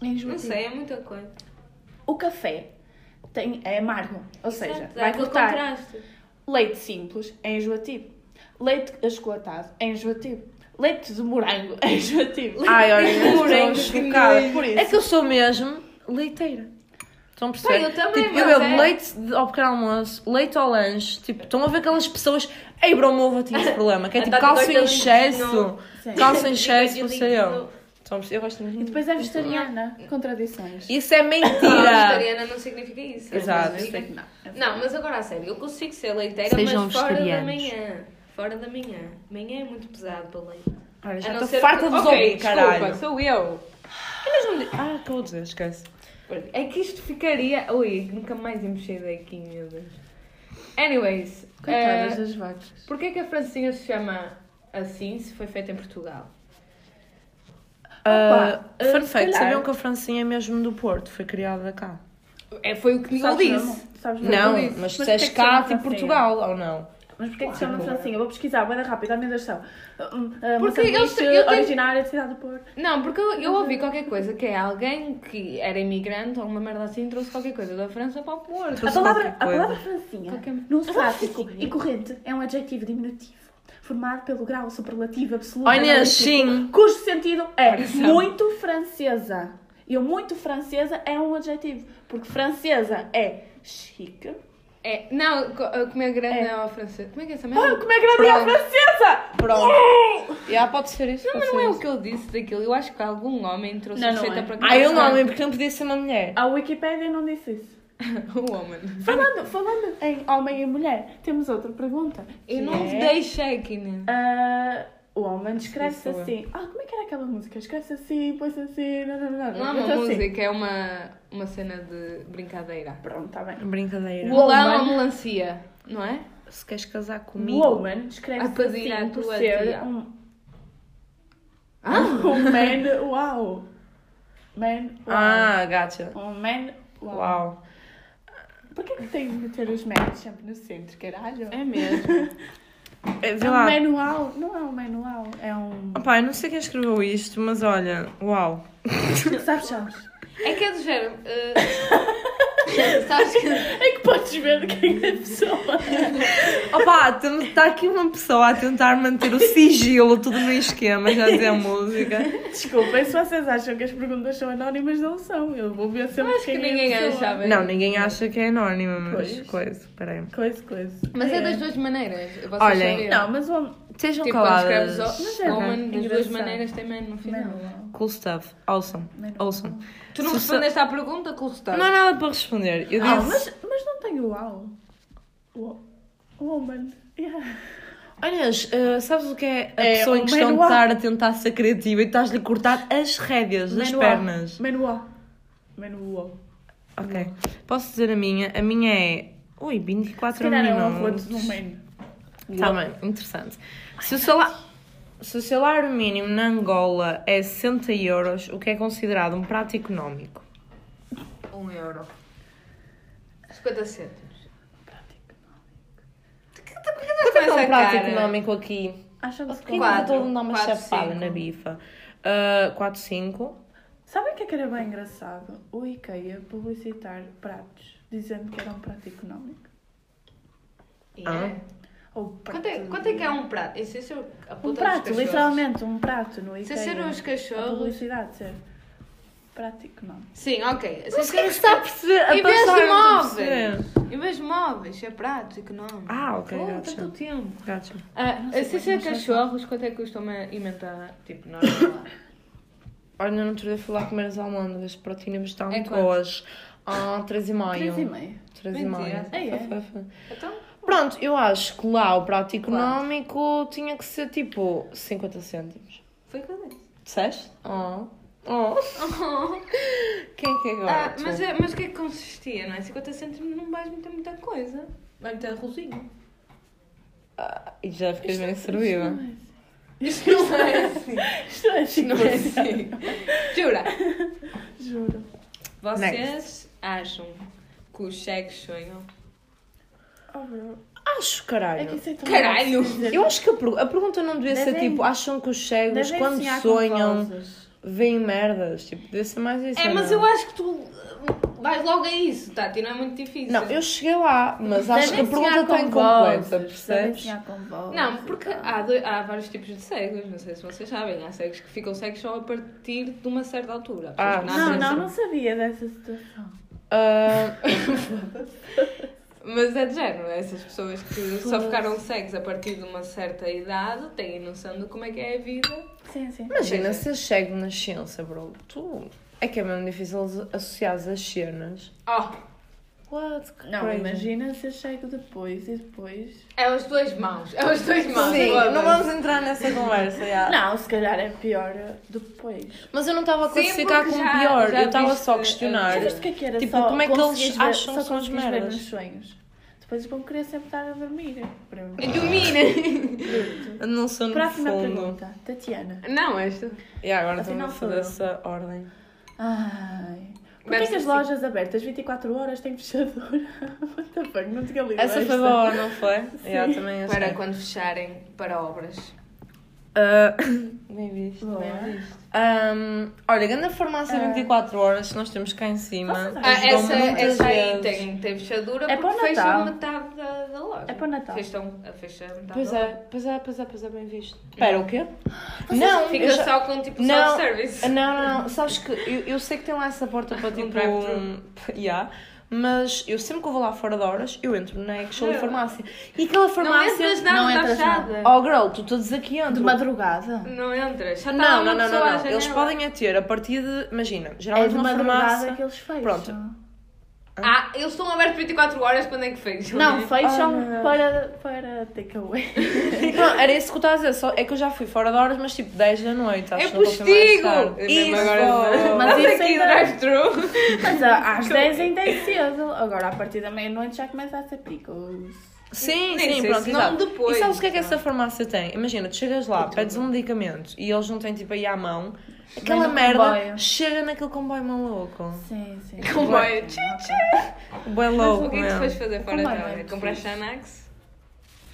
Speaker 1: É enjoativo.
Speaker 3: Não sei, é muita coisa.
Speaker 1: O café tem, é amargo. Ou seja,
Speaker 3: Exato,
Speaker 1: vai
Speaker 3: aquele
Speaker 1: cortar.
Speaker 3: contraste.
Speaker 1: Leite simples é enjoativo. Leite achocolatado é enjoativo. Leite de morango <laughs> é enjoativo.
Speaker 2: Ai, olha, eu
Speaker 3: Morango,
Speaker 2: estou chocada.
Speaker 1: por isso.
Speaker 2: É que eu sou mesmo leiteira. Estão a perceber?
Speaker 3: Pá, eu também,
Speaker 2: tipo, eu
Speaker 3: mas
Speaker 2: bebo
Speaker 3: é.
Speaker 2: leite de- ao pequeno almoço, leite ao lanche. Tipo, estão a ver aquelas pessoas. Ei, bro, o meu avô tinha esse problema. Que é tipo
Speaker 3: Andar de
Speaker 2: calça em
Speaker 3: dois
Speaker 2: excesso.
Speaker 3: dedinhos,
Speaker 1: Sim.
Speaker 3: <laughs>
Speaker 2: Calça em excesso, não
Speaker 3: Dividido.
Speaker 2: sei eu. Estão a perceber? Eu gosto
Speaker 1: E
Speaker 2: muito.
Speaker 1: depois é vegetariana. Contradições.
Speaker 2: Isso é
Speaker 3: Não,
Speaker 2: mentira.
Speaker 3: Ah, vegetariana não significa isso.
Speaker 2: Exato.
Speaker 3: Não,
Speaker 1: Eu sei
Speaker 3: significa-
Speaker 1: que não. Eu sei.
Speaker 3: Não, mas agora a sério, eu consigo ser leiteira,
Speaker 2: Sejam
Speaker 3: mas fora da
Speaker 2: vegetarianos.
Speaker 3: manhã. Fora da manhã. Manhã é muito pesado para leite.
Speaker 2: Olha,
Speaker 3: A
Speaker 2: já
Speaker 3: não
Speaker 2: estou
Speaker 3: ser
Speaker 2: farta
Speaker 3: que-
Speaker 2: de vos
Speaker 3: Ok,
Speaker 2: ouvir,
Speaker 3: desculpa,
Speaker 2: caralho.
Speaker 3: sou eu.
Speaker 2: Eles não me di- Ah, acabou de dizer, esquece.
Speaker 3: É que isto ficaria. Ui, nunca mais ia mexer daqui, meu Deus. Anyways,
Speaker 1: Coitadas
Speaker 3: eh,
Speaker 1: das vacas.
Speaker 3: porquê é que a francesinha se chama assim se foi feita em Portugal?
Speaker 2: Ah,
Speaker 1: Opa, eh,
Speaker 2: fun
Speaker 1: se
Speaker 2: fact,
Speaker 1: calhar-
Speaker 2: sabiam que a Francinha é mesmo do Porto, foi criada cá.
Speaker 3: É, foi o que
Speaker 1: Sabes,
Speaker 3: Miguel disse.
Speaker 1: Ramon? Sabes,
Speaker 2: Não,
Speaker 1: Ramon?
Speaker 2: mas se
Speaker 1: porquê que
Speaker 2: és
Speaker 1: se
Speaker 2: cá,
Speaker 1: chama
Speaker 2: tipo
Speaker 1: Francinha?
Speaker 2: Portugal, ou não?
Speaker 1: Mas porquê que se chama Francinha? Eu vou pesquisar, vai dar rápido, dá-me a atenção.
Speaker 3: Porque
Speaker 1: Porque
Speaker 3: eu
Speaker 1: eu
Speaker 3: sei- eu tenho-
Speaker 1: hum, originária da cidade do Porto.
Speaker 3: Não, porque eu, eu
Speaker 2: Uhum.
Speaker 3: ouvi qualquer coisa que é alguém que era imigrante ou uma merda assim trouxe qualquer coisa da França para o Porto.
Speaker 1: A
Speaker 2: Trouxe
Speaker 1: palavra, a
Speaker 2: qualquer coisa.
Speaker 1: palavra francinha,
Speaker 3: Qualquer-
Speaker 1: no clássico e corrente, é um adjetivo diminutivo, formado pelo grau superlativo absoluto.
Speaker 2: Olha,
Speaker 1: analítico,
Speaker 2: sim.
Speaker 1: Cujo sentido é muito francesa. E o muito francesa é um adjetivo, porque francesa é chique.
Speaker 3: É, não, co- a comer grande
Speaker 1: É.
Speaker 3: não é francesa. Como é que é essa
Speaker 1: Ah,
Speaker 3: merda?
Speaker 1: como é que era a
Speaker 2: Pronto.
Speaker 1: francesa?
Speaker 2: Pronto. Já pode ser isso.
Speaker 3: Não, mas não é o que eu disse daquilo. Eu acho que algum homem trouxe
Speaker 1: Não,
Speaker 3: a
Speaker 1: não
Speaker 3: receita
Speaker 1: é.
Speaker 3: para cá.
Speaker 2: Ah, eu não, porque não podia ser uma mulher.
Speaker 1: A Wikipédia não disse isso.
Speaker 3: <laughs> O Um homem.
Speaker 1: Falando, falando em homem e mulher, temos outra pergunta.
Speaker 3: Eu
Speaker 1: que
Speaker 3: não
Speaker 1: é-
Speaker 3: dei check, Inês.
Speaker 1: Ah, o homem descreve-se
Speaker 2: Sim, sou eu.
Speaker 1: assim. Ah, como é que era aquela música? Escreve-se assim, põe-se assim. Não, não, não,
Speaker 3: Não é uma
Speaker 1: Então, assim.
Speaker 3: música, é uma, uma cena de brincadeira.
Speaker 1: Pronto, está bem.
Speaker 2: Brincadeira.
Speaker 1: Woman.
Speaker 3: Bolão ou melancia, não é?
Speaker 2: Se queres casar comigo.
Speaker 1: Woman
Speaker 3: A
Speaker 1: escreve-se
Speaker 3: pedir à
Speaker 1: assim por
Speaker 3: tua
Speaker 1: ser
Speaker 3: tia.
Speaker 1: um,
Speaker 3: Ah!
Speaker 1: <laughs> um man uau. Man uau.
Speaker 2: Ah, gacha.
Speaker 1: Um man uau.
Speaker 2: Uau.
Speaker 1: Porquê que tem de meter os men sempre no centro, caralho?
Speaker 3: É mesmo.
Speaker 2: É, Vê
Speaker 1: É um
Speaker 2: lá.
Speaker 1: man uau. Não é um man uau, é
Speaker 3: <laughs>
Speaker 1: um...
Speaker 2: Opá, eu não sei quem escreveu isto, mas olha, uau.
Speaker 1: Sabes, sabes?
Speaker 3: É que é do género. eh, Sabes que
Speaker 1: É que podes ver quem é a
Speaker 3: <laughs>
Speaker 1: pessoa.
Speaker 2: Opa, está aqui uma pessoa a tentar manter o sigilo tudo no esquema, já dizer a música.
Speaker 1: Desculpem se vocês acham que as perguntas são anónimas, não são. Eu vou ver sempre
Speaker 3: acho que
Speaker 1: quem é a
Speaker 3: ninguém
Speaker 1: pessoa.
Speaker 3: achava.
Speaker 2: Não, ninguém acha que é anónima, mas
Speaker 1: Pois.
Speaker 2: coisa, peraí.
Speaker 1: Coisa, coisa.
Speaker 3: Mas é das duas maneiras. Vocês
Speaker 2: Olhem,
Speaker 3: sabiam?
Speaker 1: Não, mas o homem.
Speaker 2: Sejam
Speaker 3: Tipo, quando
Speaker 2: caladas.
Speaker 3: escreves o-
Speaker 1: Mas é
Speaker 3: woman,
Speaker 1: bem
Speaker 3: das duas
Speaker 1: engraçado.
Speaker 3: maneiras tem man no final.
Speaker 1: Não.
Speaker 2: Cool stuff. Awesome.
Speaker 1: Não.
Speaker 2: Awesome.
Speaker 3: Tu não
Speaker 2: Se só-
Speaker 3: respondeste à pergunta com o resultado.
Speaker 2: Não há nada para responder. Eu
Speaker 1: Ah,
Speaker 2: disse-
Speaker 1: mas, mas não tem o uau. Uau. Woman. Yeah.
Speaker 2: Olha, eh, sabes o que é a
Speaker 1: É,
Speaker 2: pessoa em
Speaker 1: um
Speaker 2: questão de
Speaker 1: manual.
Speaker 2: estar a tentar ser criativa e estás-lhe a cortar as rédeas das
Speaker 1: Manual.
Speaker 2: pernas?
Speaker 1: Manual. Manual.
Speaker 2: Ok. Posso dizer a minha? A minha é. Ui, 24
Speaker 1: Se calhar é um
Speaker 2: minutos.
Speaker 1: arroto no meio.
Speaker 2: Tá bem, interessante. Se o, salário, se o salário mínimo na Angola é 60 euros, o que é considerado um prato económico?
Speaker 3: Um euro. 50 cêntimos.
Speaker 2: Quanto é que é um
Speaker 3: tá essa
Speaker 2: prato
Speaker 3: cara?
Speaker 2: económico aqui?
Speaker 1: Acham que é um se
Speaker 2: Quem
Speaker 1: compra-
Speaker 3: Quatro,
Speaker 2: todo me dá uma
Speaker 3: quatro,
Speaker 2: chapada
Speaker 3: cinco.
Speaker 2: na bifa? Ah, 4, 5.
Speaker 1: Sabem o que é que era bem engraçado? O IKEA publicitar pratos, dizendo que era um prato económico.
Speaker 3: Yeah.
Speaker 1: Ou um prato
Speaker 3: Quanto, é, quanto é que é um prato? Isso é ser a
Speaker 1: Um
Speaker 3: puta dos
Speaker 1: prato,
Speaker 3: cachorros.
Speaker 1: literalmente, um prato no
Speaker 3: Se
Speaker 1: IKEA.
Speaker 3: é ser os
Speaker 1: A
Speaker 3: cachorros.
Speaker 1: publicidade ser prato económico.
Speaker 3: Sim, ok. Se é
Speaker 2: Mas quem
Speaker 3: ser
Speaker 2: que
Speaker 3: os
Speaker 2: está a perceber? A
Speaker 3: Em vez
Speaker 2: passar,
Speaker 3: de
Speaker 2: eu não estou a
Speaker 3: móveis.
Speaker 2: perceber.
Speaker 3: Em vez de móveis, é prato económico.
Speaker 2: Ah, ok,
Speaker 3: Oh,
Speaker 2: gotcha.
Speaker 3: tanto tempo.
Speaker 2: Gotcha.
Speaker 3: Ah,
Speaker 1: sei
Speaker 3: se
Speaker 1: como é
Speaker 3: ser
Speaker 1: que se
Speaker 3: cachorros, quanto é que costuma inventar? Tipo, normal.
Speaker 2: Olha, no outro dia fui lá comer as almôndegas, para tínhamos estão
Speaker 3: É
Speaker 2: muito
Speaker 3: quanto?
Speaker 2: boas. Ah, 3,5.
Speaker 1: 3,5.
Speaker 2: 3,5.
Speaker 1: Mentira. é,
Speaker 2: Foi, foi, foi.
Speaker 3: então,
Speaker 2: Pronto, eu acho que lá o prato económico tinha que ser tipo 50 cêntimos.
Speaker 3: foi o que eu disse.
Speaker 2: Disseste? Oh. Oh. Quem é que é agora?
Speaker 3: Ah,
Speaker 2: Tu?
Speaker 3: mas, é- mas o que é que consistia, não é? 50 cêntimos não vais meter muita coisa. Vai meter rosinho.
Speaker 2: Ah, e já fiquei
Speaker 1: é
Speaker 2: bem
Speaker 1: um
Speaker 2: servida.
Speaker 3: Isto não é assim.
Speaker 1: Isto é
Speaker 3: Isto <laughs> não é assim. Jura,
Speaker 1: Juro.
Speaker 3: vocês acham que os cegos sonham?
Speaker 1: Oh, bro.
Speaker 2: Acho, caralho.
Speaker 1: É que isso é tão
Speaker 3: Caralho!
Speaker 1: fácil de dizer.
Speaker 2: Eu acho que a, pergu- a pergunta não devia ser
Speaker 1: Devem-
Speaker 2: tipo, acham que os cegos
Speaker 1: Devem
Speaker 2: quando
Speaker 1: sonhar é assim, com
Speaker 2: sonham
Speaker 1: vozes.
Speaker 2: veem merdas? Tipo, devia ser mais isso.
Speaker 3: É,
Speaker 2: ou
Speaker 3: mas
Speaker 2: não?
Speaker 3: eu acho que tu uh, vais logo a isso, Tati, não é muito difícil.
Speaker 2: Não, eu cheguei lá, mas acho que a
Speaker 1: Devem
Speaker 2: pergunta
Speaker 1: sonhar
Speaker 2: está
Speaker 1: com vozes.
Speaker 2: incompleta,
Speaker 1: Devem
Speaker 2: percebes?
Speaker 1: sonhar com vozes
Speaker 3: Não, porque
Speaker 1: e tal.
Speaker 3: há, doi- há vários tipos de cegos, não sei se vocês sabem. Há cegos que ficam cegos só a partir de uma certa altura. Há
Speaker 2: Ah,
Speaker 3: pessoas que
Speaker 1: Não,
Speaker 3: nascem
Speaker 1: não,
Speaker 3: assim.
Speaker 1: não sabia dessa situação.
Speaker 2: Ah,
Speaker 3: Mas é de género, essas pessoas que só ficaram cegas a partir de uma certa idade têm noção de como é que é a vida.
Speaker 1: Sim, sim.
Speaker 2: imagina ser cego na ciência, bro. Tu. É que é mesmo difícil associar as cenas.
Speaker 3: Oh,
Speaker 2: What?
Speaker 1: Não,
Speaker 2: Crazy.
Speaker 1: imagina se eu chego depois e depois.
Speaker 3: é os dois maus, é os dois maus.
Speaker 2: Sim,
Speaker 3: foda-se.
Speaker 2: Tipo assim, não vamos entrar nessa conversa, já.
Speaker 1: Não, se calhar é pior depois.
Speaker 2: Mas eu não estava a
Speaker 3: Sim,
Speaker 2: classificar
Speaker 3: porque
Speaker 2: como
Speaker 3: já-
Speaker 2: pior,
Speaker 3: já
Speaker 2: eu estava
Speaker 3: viste
Speaker 2: só a questionar.
Speaker 1: Já viste o que é que era?
Speaker 2: Tipo,
Speaker 1: só
Speaker 2: como é que eles
Speaker 1: conseguias ver-
Speaker 2: acham
Speaker 1: só
Speaker 2: que são as
Speaker 1: conseguias ver
Speaker 2: merdas?
Speaker 1: nos sonhos. Depois vão querer sempre estar a dormir. Para mim.
Speaker 3: Domina!
Speaker 2: <laughs> Não sou no
Speaker 1: Próxima
Speaker 2: fundo.
Speaker 1: pergunta. Tatiana.
Speaker 3: Não, esta.
Speaker 2: E agora
Speaker 1: Afinal,
Speaker 2: também
Speaker 1: sou eu.
Speaker 2: dessa ordem.
Speaker 1: Ai. Porquê
Speaker 3: Mas
Speaker 1: que as
Speaker 3: assim-
Speaker 1: lojas abertas 24 horas têm fechadura? <laughs> What the fuck? Não tinha lido
Speaker 2: Essa
Speaker 1: esta.
Speaker 2: foi boa, não <laughs> foi? Já, também achei.
Speaker 3: Para quando fecharem para obras.
Speaker 2: Ah, <laughs> bem visto.
Speaker 1: Boa.
Speaker 2: Ahm, olha, grande farmácia 24 horas, nós temos cá em cima.
Speaker 1: Vocês
Speaker 3: Ah,
Speaker 1: acham-
Speaker 2: Ajudou-me
Speaker 3: essa
Speaker 2: muitas
Speaker 3: essa aí
Speaker 2: vezes.
Speaker 3: tem, tem fechadura
Speaker 1: É para o
Speaker 3: porque
Speaker 1: Natal.
Speaker 3: fecham metade da, da loja.
Speaker 1: É para o Natal.
Speaker 3: Fecham, fecham metade
Speaker 2: Pois
Speaker 3: da
Speaker 2: é,
Speaker 3: loja.
Speaker 2: pois é, pois é, pois é, bem visto. Espera, o quê? eu
Speaker 3: Fica
Speaker 2: já-
Speaker 3: só com tipo
Speaker 2: Não.
Speaker 3: self-service.
Speaker 2: Não, não, não, sabes que eu, eu sei que tem lá essa porta
Speaker 3: <laughs>
Speaker 2: para tipo.
Speaker 3: drive-thru.
Speaker 2: um- <laughs> yeah, mas eu sempre que eu vou lá fora de horas, eu entro na actual
Speaker 3: Não.
Speaker 2: farmácia. E aquela
Speaker 3: Não
Speaker 2: farmácia.
Speaker 3: entras, não,
Speaker 1: não
Speaker 3: está
Speaker 1: entras, não.
Speaker 3: fechada.
Speaker 2: Oh girl, tu todos aqui
Speaker 1: De
Speaker 2: entro.
Speaker 1: madrugada?
Speaker 3: Não entras. Já está
Speaker 2: Não, não,
Speaker 3: uma
Speaker 2: não,
Speaker 3: pessoa à
Speaker 2: não, não. Eles
Speaker 3: janela.
Speaker 2: podem a ter a partir de. Imagina,
Speaker 1: É
Speaker 2: geralmente
Speaker 1: de
Speaker 2: uma farmácia.
Speaker 1: madrugada
Speaker 3: <laughs>
Speaker 1: que eles fecham.
Speaker 2: Pronto.
Speaker 3: Ah, eles estão abertos 24 horas, quando é que fecham?
Speaker 1: Não, fecham
Speaker 2: Ah, não.
Speaker 1: para, para
Speaker 3: <laughs>
Speaker 1: takeaway.
Speaker 2: Não, era isso que eu estava a dizer, só é que eu já fui fora de horas, mas tipo 10 da noite. acho
Speaker 3: É
Speaker 2: que não estou a filmar
Speaker 3: postigo!
Speaker 2: mais tarde. Isso! Mas...
Speaker 1: Mas-
Speaker 3: Mas
Speaker 1: isso
Speaker 3: <laughs> aqui
Speaker 1: ainda-
Speaker 3: drive-thru.
Speaker 1: Mas ah, às 10 ainda é cedo. Agora, a partir da meia-noite já começa a ser picos.
Speaker 2: Sim,
Speaker 3: Nem
Speaker 2: sim,
Speaker 3: sei,
Speaker 2: pronto,
Speaker 3: se não
Speaker 2: exato.
Speaker 3: depois,
Speaker 2: e sabes o que é que
Speaker 3: não.
Speaker 2: essa farmácia tem? Imagina, tu chegas lá, pedes um medicamento e eles não têm tipo aí à mão, aquela
Speaker 1: no
Speaker 2: merda
Speaker 1: comboio.
Speaker 2: chega naquele comboio maluco.
Speaker 1: Sim, sim.
Speaker 3: Comboio. é? Tchim,
Speaker 2: Bem
Speaker 3: Mas
Speaker 2: louco,
Speaker 3: o que é que
Speaker 2: mesmo.
Speaker 3: tu foste fazer fora
Speaker 1: Como é
Speaker 3: da
Speaker 1: que
Speaker 3: hora?
Speaker 1: é
Speaker 3: Comprar
Speaker 1: fixe?
Speaker 3: Xanax?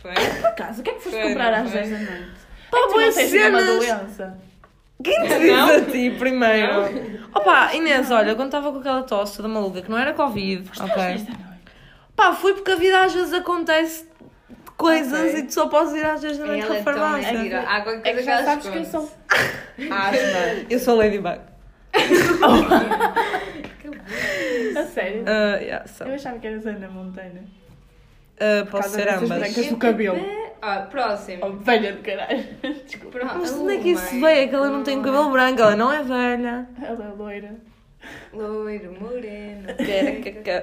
Speaker 3: Foi?
Speaker 1: Por acaso, o que é que foste
Speaker 3: Foi,
Speaker 1: comprar
Speaker 3: não
Speaker 1: às
Speaker 3: foi?
Speaker 1: 10 da noite?
Speaker 2: Pá,
Speaker 1: é que tu não
Speaker 2: boas
Speaker 1: tens nenhuma
Speaker 2: cenas!
Speaker 1: doença.
Speaker 2: Quem te diz a ti primeiro? Opa, Inês, olha, quando estava com aquela tosse da maluca, que não era Covid, ok?
Speaker 1: Esta noite.
Speaker 2: Pá, fui porque a vida às vezes acontece de coisas
Speaker 3: Ok. é
Speaker 2: e tu só podes ir às vezes na mesma farmácia.
Speaker 3: Há qualquer
Speaker 1: É que
Speaker 3: coisa que
Speaker 1: já
Speaker 3: ela
Speaker 1: sabes que eu
Speaker 3: esconde.
Speaker 1: sou.
Speaker 3: Asma.
Speaker 2: Eu sou Ladybug.
Speaker 1: A sério.
Speaker 2: Uh, yeah,
Speaker 3: Então.
Speaker 2: so.
Speaker 1: Eu achava que eras Ana Montana.
Speaker 2: Uh, posso
Speaker 1: causa
Speaker 2: ser
Speaker 1: dessas
Speaker 2: ambas.
Speaker 1: brancas. Arrancas o cabelo.
Speaker 3: Ah, próximo.
Speaker 1: Oh, velha de caralho. Desculpa.
Speaker 3: Pro-
Speaker 2: Mas de
Speaker 3: Oh,
Speaker 2: onde é que isso
Speaker 3: mãe.
Speaker 2: veio? É que ela não tem o cabelo branco, ela não é velha.
Speaker 1: <laughs> Ela é loira.
Speaker 3: Loiro, moreno.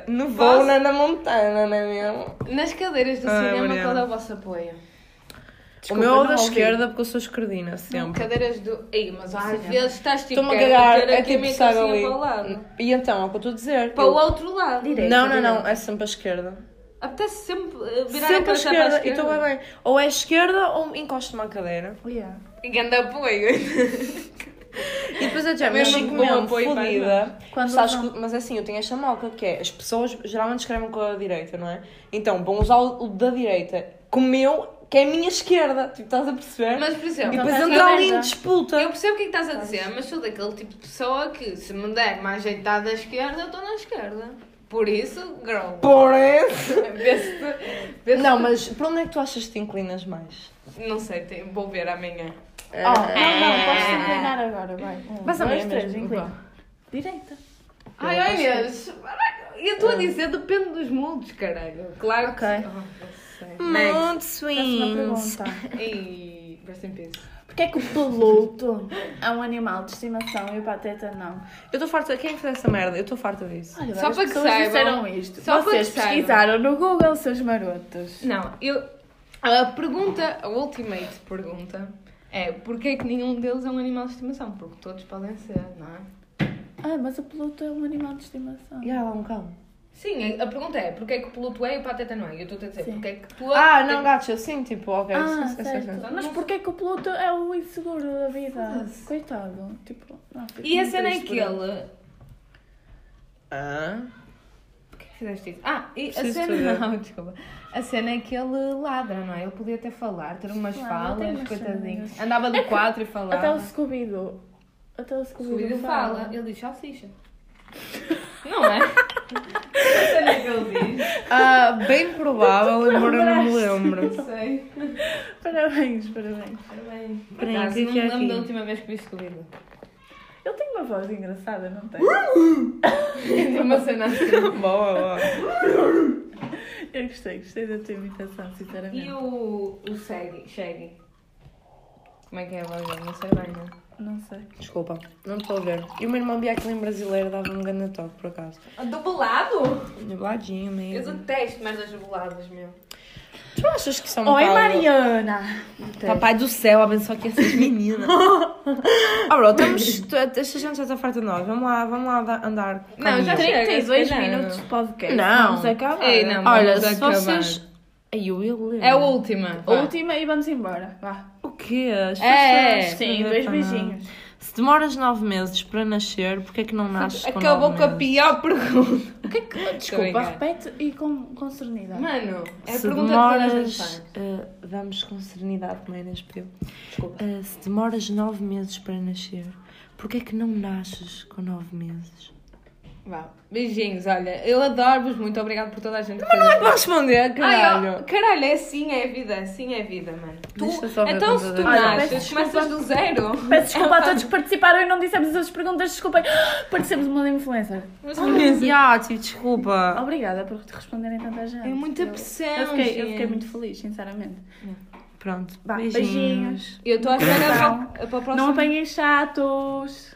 Speaker 2: No
Speaker 3: Posso?
Speaker 2: voo na Ana Montana, não é mesmo?
Speaker 3: Nas cadeiras do
Speaker 2: Ah,
Speaker 3: cinema,
Speaker 2: Mariana.
Speaker 3: qual é o vosso apoio?
Speaker 2: o
Speaker 1: Desculpa,
Speaker 2: meu é o
Speaker 1: não
Speaker 2: da
Speaker 1: ouvi.
Speaker 2: esquerda porque eu sou esquerdina, sempre.
Speaker 3: Cadeiras do. Ei, mas às
Speaker 1: cinema.
Speaker 3: vezes estás tipo.
Speaker 2: Estou-me a
Speaker 3: quero
Speaker 2: cagar, é
Speaker 3: meter aqui a
Speaker 2: tipo,
Speaker 3: minha
Speaker 2: sabe
Speaker 3: calcinha
Speaker 2: ali.
Speaker 3: Para o lado.
Speaker 2: E então, é o que eu estou a dizer.
Speaker 3: Para o outro lado.
Speaker 1: Direito.
Speaker 2: Não, não,
Speaker 1: Direita,
Speaker 2: não,
Speaker 1: direita.
Speaker 2: é sempre a esquerda.
Speaker 3: Apetece sempre eh, virar
Speaker 2: Sempre a
Speaker 3: a cabeça para
Speaker 2: esquerda, e estou bem bem. Ou é esquerda ou encosto-me à cadeira.
Speaker 1: Oh, Yeah.
Speaker 3: Ganda apoio.
Speaker 2: <laughs> E depois eu já
Speaker 3: Também
Speaker 2: me
Speaker 3: não
Speaker 2: chico
Speaker 3: com
Speaker 2: mesmo
Speaker 3: apoio para
Speaker 2: fodida.
Speaker 1: Quando
Speaker 2: Sabes
Speaker 1: usam-
Speaker 2: que- Mas é assim, eu tenho esta moca que é, as pessoas geralmente escrevem com a direita, não é? Então, vão usar o o da direita, comeu, que é a minha esquerda, tipo, estás a perceber?
Speaker 3: Mas, por
Speaker 2: e
Speaker 3: exemplo,
Speaker 2: depois
Speaker 1: estás
Speaker 2: entra
Speaker 1: na
Speaker 2: ali em
Speaker 1: merda.
Speaker 2: disputa.
Speaker 3: eu percebo o que é que estás a dizer, mas sou daquele tipo de pessoa que se me der mais ajeitado à esquerda, eu estou na esquerda. Por isso, girl. <laughs>
Speaker 2: Por isso.
Speaker 3: Vê-se-
Speaker 2: Não, mas para onde é que tu achas que te inclinas mais?
Speaker 3: Não sei, tem- vou ver amanhã.
Speaker 1: Oh, não, não, podes se inclinar agora, vai. Um,
Speaker 2: Mas a
Speaker 1: dois,
Speaker 2: minha
Speaker 1: três,
Speaker 2: mesmo.
Speaker 1: inclina. Direita.
Speaker 3: Ai, ai, Inês. Eu estou a dizer, depende dos moldes, caralho. Claro que.
Speaker 1: Ok.
Speaker 3: Oh,
Speaker 2: Muito
Speaker 1: Próxima
Speaker 2: swings.
Speaker 1: pergunta.
Speaker 3: Ei, rest in peace.
Speaker 1: <laughs> Porquê é que o peludo é um animal de estimação e o pateta não?
Speaker 2: Eu estou farta, quem é fez essa merda? Eu estou farta disso.
Speaker 1: Olha,
Speaker 3: Só
Speaker 1: várias
Speaker 3: para que
Speaker 1: pessoas
Speaker 3: saibam.
Speaker 1: disseram isto.
Speaker 3: Só para
Speaker 1: Vocês
Speaker 3: que saibam.
Speaker 1: pesquisaram no Google, seus marotos.
Speaker 3: Não, eu. A pergunta, a ultimate pergunta, é porquê é que nenhum deles é um animal de estimação? Porque todos podem ser, não é?
Speaker 1: Ah, mas o peludo é um animal de estimação.
Speaker 2: E ela é um cão.
Speaker 3: Sim, a a pergunta é porquê é que o Pluto é e o Pateta não é? E eu estou a dizer,
Speaker 1: Sim.
Speaker 3: porquê é que tu.
Speaker 2: Ah, não, gacha, sim, tipo,
Speaker 3: É,
Speaker 2: ok.
Speaker 1: Ah,
Speaker 2: sim, sim, sim, sim.
Speaker 1: certo. Mas porquê que o Pluto é o inseguro da vida?
Speaker 3: Foda-se.
Speaker 1: Coitado. Tipo, não, fico
Speaker 3: E a
Speaker 1: muito
Speaker 3: cena é
Speaker 1: triste por
Speaker 3: que
Speaker 1: ele.
Speaker 3: ele.
Speaker 2: Ah.
Speaker 3: Porquê que fizeste isso? Ah, e a
Speaker 2: Preciso
Speaker 3: cena.
Speaker 2: saber.
Speaker 3: <laughs> Não, desculpa. A cena é que ele ladra, não é? Ele podia até falar, ter umas
Speaker 1: Claro, tem
Speaker 3: falas,
Speaker 1: umas
Speaker 3: coitadinho.
Speaker 1: cenas.
Speaker 3: Andava do quadro e falava.
Speaker 1: Até o Scooby-Doo. Até o
Speaker 3: O Guido
Speaker 1: Scooby-Doo
Speaker 3: fala.
Speaker 1: fala.
Speaker 3: ele diz salsicha. <laughs> Não <laughs> é? a cena é que ele diz.
Speaker 2: Ah, bem provável, embora eu não me lembro.
Speaker 3: Não sei.
Speaker 1: Parabéns, parabéns.
Speaker 3: Ora bem, Por
Speaker 2: Peraí,
Speaker 3: acaso,
Speaker 2: o que é que é
Speaker 3: não me lembro
Speaker 2: aqui?
Speaker 3: da última vez que vi Scooby-Doo.
Speaker 1: Ele tem uma voz engraçada, não tem?
Speaker 3: Tem uma cena assim.
Speaker 2: <laughs> Boa, boa.
Speaker 1: Eu gostei, gostei da tua imitação,
Speaker 3: E
Speaker 1: sinceramente.
Speaker 3: o, o Shaggy? Shaggy? Como é que é a voz dele? Não sei bem, não.
Speaker 1: Não sei.
Speaker 2: Desculpa, não estou a ver. E o meu irmão via aquele em brasileiro, dava-me um grande toque, por acaso.
Speaker 3: Dublado?
Speaker 2: Dubladinho
Speaker 3: Eu
Speaker 2: mesmo.
Speaker 3: detesto merdas dubladas, meu.
Speaker 2: Tu não achas que São
Speaker 1: Oi,
Speaker 2: Paulo...
Speaker 1: Mariana!
Speaker 2: Papai do céu, abençoa aqui essas
Speaker 3: <laughs>
Speaker 2: meninas. Ah, bro, estamos... tu- Esta gente já está farta de nós. Vamos lá, vamos lá da- andar. com
Speaker 3: Não, já
Speaker 2: caminho.
Speaker 3: chega.
Speaker 1: Tem dois
Speaker 3: se calhar.
Speaker 1: minutos de podcast.
Speaker 2: Não.
Speaker 1: Vamos acabar.
Speaker 3: Ei, não.
Speaker 2: Olha,
Speaker 3: Vamos
Speaker 2: se
Speaker 3: acabar.
Speaker 2: vocês... Ai, eu ia ler.
Speaker 3: É a última.
Speaker 1: A última e vamos embora. Vá.
Speaker 2: O quê? As
Speaker 3: É,
Speaker 2: pessoas
Speaker 1: Sim,
Speaker 2: que-
Speaker 1: dois
Speaker 2: Epá, não.
Speaker 1: beijinhos.
Speaker 2: Se demoras nove meses para nascer, porquê é que não nasces com
Speaker 3: Acabou
Speaker 2: nove
Speaker 3: com a
Speaker 2: meses?
Speaker 3: pior pergunta.
Speaker 1: O que é que. Desculpa, repete e com, com serenidade.
Speaker 3: Mano, é a
Speaker 2: se
Speaker 3: pergunta demoras... que
Speaker 2: demoras. eh, vamos com serenidade, como a Inês pediu.
Speaker 3: Desculpa.
Speaker 2: Eh, se demoras nove meses para nascer, porquê é que não nasces com nove meses?
Speaker 3: Vá. Beijinhos, olha. Eu adoro-vos. Muito obrigada por toda a gente. que fez
Speaker 2: Vou responder,
Speaker 3: Ai, ó, caralho, é assim é a vida, assim é a vida, mano. Tu,
Speaker 2: Deixa eu só ver
Speaker 3: então
Speaker 2: quantas
Speaker 3: se
Speaker 2: horas
Speaker 3: tu
Speaker 2: eu
Speaker 3: nasces,
Speaker 1: tenho.
Speaker 3: começas do zero.
Speaker 1: Peço desculpa a todos que participaram e não dissemos as outras perguntas. Desculpem. <gasps> Parecemos uma influencer.
Speaker 3: Mas
Speaker 2: desculpa.
Speaker 1: Obrigada por responderem tanta gente.
Speaker 3: É muita
Speaker 1: Eu-
Speaker 3: pressão.
Speaker 1: Eu fiquei, eu fiquei
Speaker 3: gente.
Speaker 1: muito feliz, sinceramente.
Speaker 2: Pronto,
Speaker 1: Vá,
Speaker 2: beijinhos.
Speaker 1: beijinhos.
Speaker 3: Eu estou à espera
Speaker 1: Não.
Speaker 3: para, para a próxima.
Speaker 1: Não apanhem chatos.